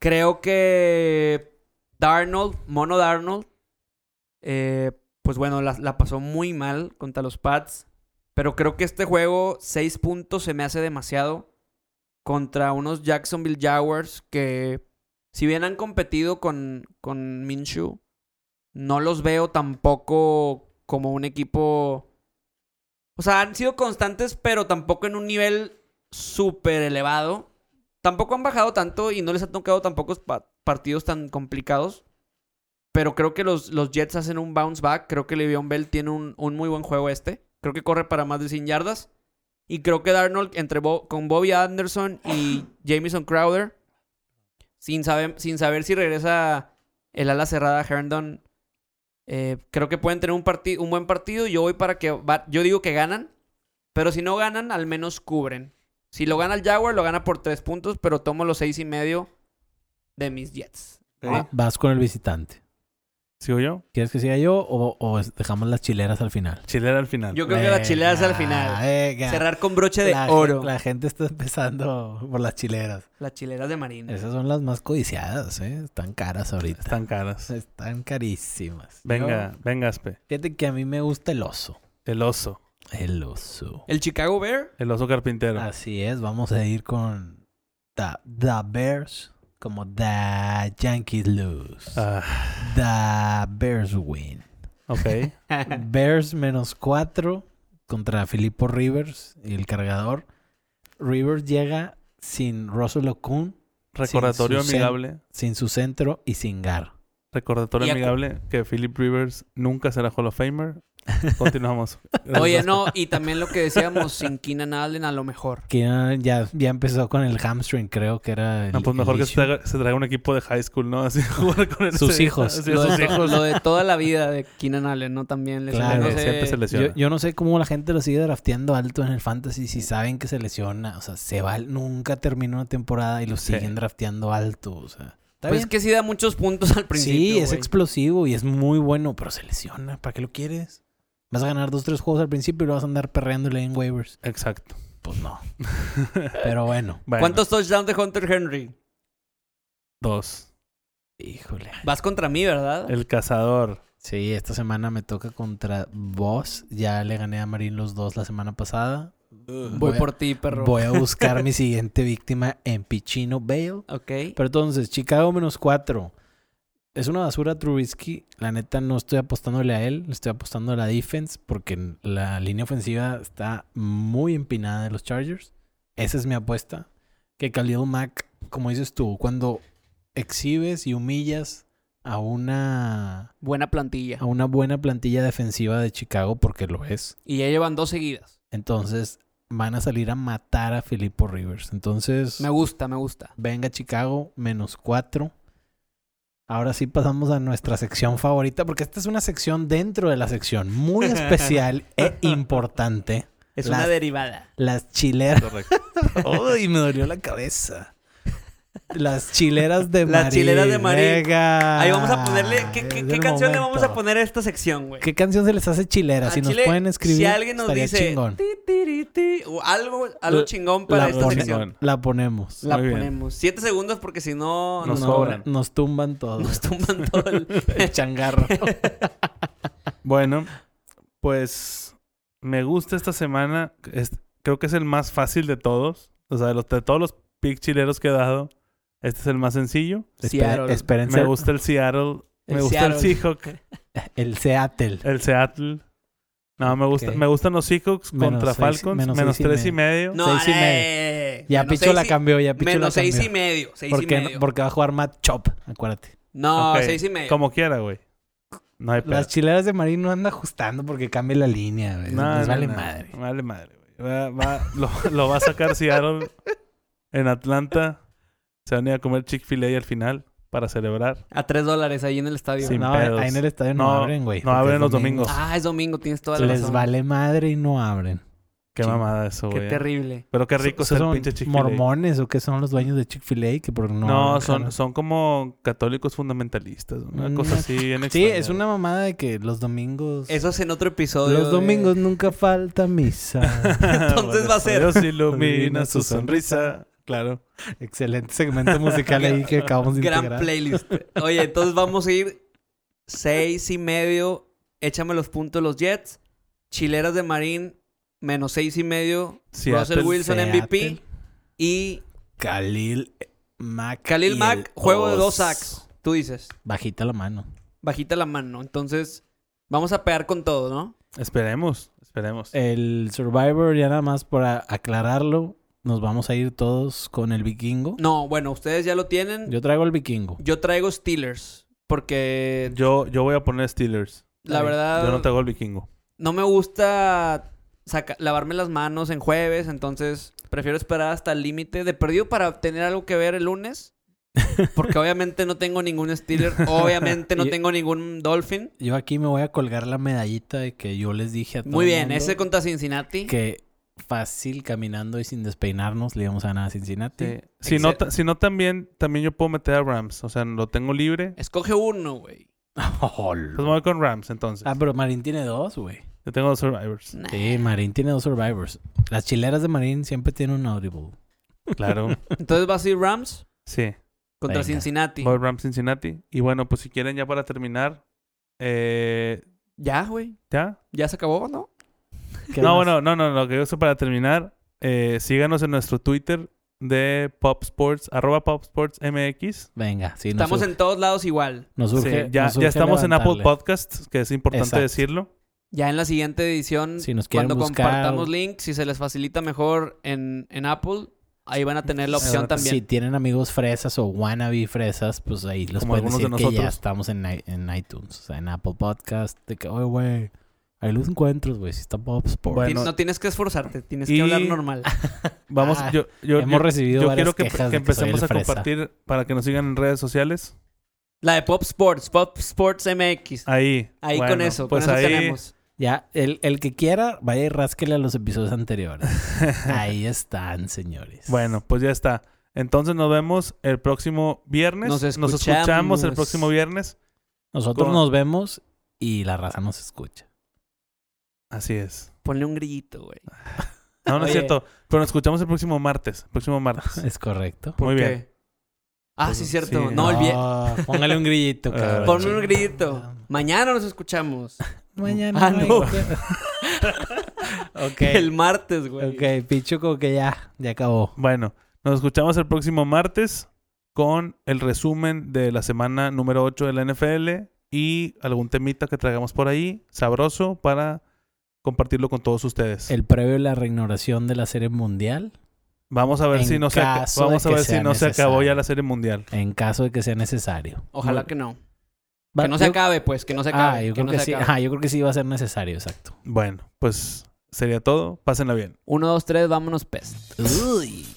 B: Creo que Darnold, Mono Darnold, eh, pues bueno, la, la pasó muy mal contra los Pats, pero creo que este juego, 6 puntos, se me hace demasiado contra unos Jacksonville Jaguars que, si bien han competido con, con Minshew, no los veo tampoco como un equipo. O sea, han sido constantes, pero tampoco en un nivel súper elevado. Tampoco han bajado tanto y no les han tocado tampoco pa- partidos tan complicados. Pero creo que los, los Jets hacen un bounce back. Creo que Le'Veon Bell tiene un, un muy buen juego este. Creo que corre para más de 100 yardas. Y creo que Darnold entre Bo- con Bobby Anderson y Jamison Crowder. Sin saber, sin saber si regresa el ala cerrada Herndon. eh, creo que pueden tener un, parti- un buen partido. Yo voy para que. va- yo digo que ganan. Pero si no ganan, al menos cubren. Si lo gana el Jaguar, lo gana por tres puntos, pero tomo los seis y medio de mis Jets.
A: ¿Eh?
C: Ah, Vas con el visitante.
A: ¿Sigo yo?
C: ¿Quieres que siga yo o, o dejamos las chileras al final?
A: Chilera al final.
B: Yo creo que las chileras al final. Cerrar con broche de oro.
C: La gente está empezando por las chileras.
B: Las chileras de marina.
C: Esas son las más codiciadas, ¿eh? Están caras ahorita.
A: Están caras.
C: Están carísimas.
A: Venga,
C: Yo-
A: venga, Aspe.
C: fíjate que a mí me gusta el oso.
A: El oso.
C: El oso.
B: El Chicago Bear.
A: El oso carpintero.
C: Así es, vamos a ir con The, the Bears como The Yankees Lose.
A: Ah,
C: The Bears Win.
A: ok.
C: Bears menos 4 contra Filippo Rivers y el cargador. Rivers llega sin Russell Okun,
A: Recordatorio
C: Sí, su
A: amigable.
C: sin su centro y sin Gar.
B: Y
A: Recordatorio
B: acu-
A: amigable que Philip Rivers nunca será Hall of Famer. Continuamos. Gracias,
B: Oye,
A: Aspe.
B: no, y también lo que decíamos, sin Keenan Allen a lo mejor.
C: Que ya, ya, ya empezó con el hamstring, creo que era el,
A: No, pues
C: el
A: mejor que se
C: issue.
A: traiga, se traiga un equipo de high school, ¿no? Así jugar con el-
C: Sus hijos.
A: Sí,
B: Lo
A: sus
B: de,
A: hijos.
B: lo de toda la vida de Keenan Allen, ¿no? También le
C: Claro,
B: no sé,
A: siempre se lesiona.
C: Yo, yo no sé cómo la gente lo sigue drafteando alto en el fantasy si saben que se lesiona. O sea, se va, nunca termina una temporada y lo
A: Sí.
C: siguen drafteando alto. O sea, está
B: Pues
C: bien.
B: es que sí da muchos puntos al principio.
C: sí, es
B: güey.
C: explosivo y es muy bueno, pero se lesiona. ¿Para qué lo quieres? Vas a ganar dos, tres juegos al principio y lo vas a andar perreándole en waivers.
A: Exacto.
C: Pues no. pero bueno.
A: Bueno,
B: ¿Cuántos touchdowns de Hunter Henry?
A: Dos.
C: Híjole.
B: Vas contra mí, ¿verdad?
C: Eh,
A: El cazador.
C: Sí, esta semana me toca contra vos. Ya le gané a Marín los dos la semana pasada.
B: Voy
C: a-
B: por ti, perro.
C: Voy a buscar mi siguiente víctima en Pichino Bale.
B: Ok.
C: Pero entonces, Chicago menos 4. Es una basura Trubisky. La neta, no estoy apostándole a él. Le estoy apostando a la defense porque la línea ofensiva está muy empinada de los Chargers. Esa es mi apuesta. Que Khalil Mack, como dices tú, cuando exhibes y humillas a una,
B: Buena plantilla.
C: a una buena plantilla defensiva de Chicago, porque lo es,
B: Y ya llevan dos seguidas.
C: entonces van a salir a matar a Filippo Rivers. Entonces...
B: Me gusta, me gusta.
C: Venga Chicago, menos 4. Ahora sí pasamos a nuestra sección favorita, porque esta es una sección dentro de la sección muy especial e importante.
B: Es
C: Las-
B: una derivada.
C: Las chileras.
A: Correcto.
C: ¡Ay, me dolió la cabeza! Las chileras de
B: Las
C: Marín.
B: chileras de Marín.
C: Venga.
B: Ahí vamos a ponerle. ¿Qué, qué-
C: Ah, Es
B: qué
C: el
B: canción le vamos a
C: momento.
B: poner a esta sección, güey?
C: ¿Qué canción se les hace chilera?
B: Al
C: si nos
B: chile,
C: pueden escribir.
B: Si alguien nos
C: estaría
B: dice.
C: chingón.
B: ti, tiri, ti, o algo, algo
C: La-
B: chingón para
C: La,
B: esta
C: pone-
B: sección.
A: sección.
C: la ponemos.
B: La
A: Muy bien.
B: ponemos. Siete segundos porque si no
A: Nos
B: nos,
C: No,
A: cobran.
C: Nos tumban todo.
B: nos tumban todo el.
C: El changarro.
A: Bueno, pues me gusta esta semana. Es- creo que es el más fácil de todos. O sea, de, los, de todos los pick chileros que he dado, este es el más sencillo.
B: Seattle.
C: Esperen- espérense.
A: Me gusta el Seattle.
B: El
A: me gusta el
B: Seattle.
A: Seahawk.
C: El Seattle.
A: El Seattle. No, me, gusta,
C: Ok.
A: me gustan los Seahawks
C: Menos
A: contra
C: seis-
A: Falcons.
C: menos
A: Menos,
C: seis y
A: tres y medio.
B: No,
C: Seis y medio.
B: eh,
C: Ya
B: menos
C: Picho la
B: seis y-
C: cambió, ya Picho
B: Menos
C: la
B: seis
C: cambió.
B: y medio. Seis y
C: porque,
B: medio.
C: porque va a jugar Matt Chop, acuérdate.
B: No,
A: Ok,
B: seis y medio.
A: Como quiera, güey. No hay pedo.
C: Las chileras de Marín no anda ajustando porque cambia la línea, güey.
A: No,
C: Les
A: no,
C: vale
A: no.
C: madre.
A: Vale madre, güey. Va- va- lo, lo va a sacar Seattle en Atlanta. Se van a ir a comer Chick-fil-A al final para celebrar.
B: A tres dólares ahí en el estadio.
A: Sí. Sin
C: No,
A: pedos.
C: ahí en el estadio no,
A: No,
C: abren, güey.
A: no
C: porque
A: abren
C: es
A: los
C: domingo.
A: domingos.
B: Ah, es domingo, tienes toda la
C: pues. Les
B: razón.
C: vale madre y no abren.
A: Qué
C: Sí.
A: mamada eso,
B: Qué
A: güey. ¿eh?
B: terrible.
A: Pero qué rico es
C: ¿Son-
A: el
C: son
A: pinche Chick-fil-A.
C: ¿Mormones o qué son los dueños de Chick-fil-A? Que por no,
A: No,
C: abren,
A: son,
C: claro.
A: son como católicos fundamentalistas. Una
C: Mm.
A: cosa así bien
C: Sí,
A: extraña,
C: es
A: güey.
C: una mamada de que los domingos...
B: Eso es en otro episodio.
C: Los
B: de-
C: domingos nunca falta misa.
B: Entonces va a ser.
A: Dios ilumina su sonrisa. Claro.
C: Excelente segmento musical ahí que acabamos de
B: Gran
C: integrar.
B: playlist. Oye, entonces vamos a ir seis y medio. Échame los puntos los Jets. Chileras de Marín, menos seis y medio.
A: Seattle,
B: Russell Wilson
C: Seattle.
B: MVP. Y
C: Pues, eh, Khalil Mack.
B: Khalil
C: y
B: Mack,
C: el
B: juego de dos
C: Oz.
B: sacks. Tú dices,
C: Bajita la mano.
B: bajita la mano. Entonces, vamos a pegar con todo, ¿no?
A: Esperemos,
C: Eh,
A: esperemos.
C: El Survivor, ya nada más para aclararlo, nos vamos a ir todos con el vikingo.
B: No, bueno, ustedes ya lo tienen. Yo,
C: Yo traigo el vikingo.
B: traigo Steelers. Porque
A: Yo, yo voy a poner Steelers.
B: la
C: bien.
B: verdad
A: Yo no
B: no,
A: te hago el vikingo.
B: me gusta saca- lavarme las manos en jueves. Entonces, prefiero esperar hasta el límite de perdido para tener algo que ver el lunes. Porque obviamente no tengo ningún Steelers. Obviamente no
C: Y-
B: tengo ningún Dolphin.
C: Yo aquí me voy a colgar la medallita de que yo les dije a todos.
B: Muy bien, ese contra Cincinnati.
C: Que fácil caminando y sin despeinarnos le íbamos a ganar a Cincinnati.
A: Sí. Este, Si, no, ta- si no, también, también yo puedo meter a Rams. O sea, lo tengo libre.
C: Eh,
B: Escoge uno, güey.
C: Oh,
A: Pues
C: lo-
A: me voy con Rams, entonces.
C: ah, pero Marín tiene dos, güey.
A: Yo tengo dos Survivors.
B: Nah.
C: Sí, Marín tiene dos Survivors. Las chileras de Marín siempre tienen un Audible.
A: Claro.
B: Entonces vas a ir Rams
A: sí.
B: contra
C: Venga.
B: Cincinnati.
A: Voy Rams Cincinnati. Y bueno, pues si quieren ya para terminar. Eh,
B: Ya, güey.
A: ¿Ya?
B: Ya se acabó, ¿no?
C: ¿Qué
A: No,
C: más?
A: bueno, no, no, no, que eso para terminar, eh, síganos en nuestro Twitter de Pop Sports, arroba Pop Sports MX.
C: Venga, sí, nos,
B: Estamos
C: surge,
B: en todos lados igual.
C: nos surge-
A: Sí, ya, ya
C: nos surge
A: estamos en Apple
C: levantarle.
A: Podcasts, que es importante
C: Exacto.
A: decirlo.
B: Ya en la siguiente edición,
C: Si nos quieren
B: cuando
C: buscar-
B: compartamos links, si se les facilita mejor en, en Apple, ahí van a tener la opción
A: Sí.
B: también.
C: Si tienen amigos fresas o wannabe fresas, pues ahí los
A: Como
C: pueden
A: algunos
C: decir
A: de
C: que ya
A: nosotros.
C: estamos en, i- en iTunes, o sea, en Apple Podcast. De que, oye, güey, ahí los encuentros, güey, si está Bob Sports.
B: Tien-
A: bueno.
B: no tienes que esforzarte, tienes
A: Y-
B: que hablar normal.
A: Vamos,
C: Ah,
A: yo, yo,
C: Hemos
A: yo-
C: recibido
A: yo
C: varias
A: quiero que,
C: quejas
A: que
C: de que soy
A: empecemos
C: el
A: a
C: fresa.
A: compartir para que nos sigan en redes sociales.
B: La de Pop Sports, Pop Sports MX.
A: Ahí.
B: Ahí
A: bueno,
B: con eso,
A: pues
B: con eso
A: ahí,
B: tenemos.
C: Ya, el, el que quiera, vaya y rásquele a los episodios anteriores. ahí están, señores.
A: Bueno, pues ya está. Entonces nos vemos el próximo viernes.
B: Nos
A: escuchamos el
B: escuchamos.
A: próximo viernes.
C: nosotros
A: con-
C: nos vemos y la raza nos escucha.
A: Así es.
B: Ponle un grillito, güey.
A: No, no es
C: Oye.
A: cierto. Pero nos escuchamos el próximo martes. Próximo martes.
C: Es correcto.
A: Muy
B: ¿Qué?
A: bien.
B: Ah,
A: Pues,
B: sí, cierto.
A: sí.
B: No, el vie-
C: Ah, Póngale un grillito, cabrón.
B: Ponme un grillito. Mañana nos escuchamos.
C: Mañana.
B: Ah,
C: no.
B: no.
C: ok.
B: El martes, güey.
C: Ok, Pichu, como que ya, ya acabó.
A: Bueno, nos escuchamos el próximo martes con el resumen de la semana número 8 de la NFL y algún temita que traigamos por ahí, sabroso, para compartirlo con todos ustedes.
C: El previo de la reignoración de la serie mundial.
A: Vamos a ver
C: en
A: si no se, aca-
C: caso de
A: vamos a
C: que
A: ver si
C: sea
A: no se acabó
C: necesario.
A: ya la serie mundial.
C: En caso de que sea necesario.
B: Ojalá
A: Muy-
B: que no.
C: Va-
B: Que no se
C: yo-
B: acabe, pues. Que no se acabe.
C: Ah, yo
B: que
C: creo
B: no
C: que
B: se
C: sí.
B: acabe.
C: Ah, yo creo que sí va a ser necesario, exacto.
A: Bueno, pues sería todo. Pásenla bien.
B: pues. Uno, dos, tres, vámonos, pest.
C: Uy.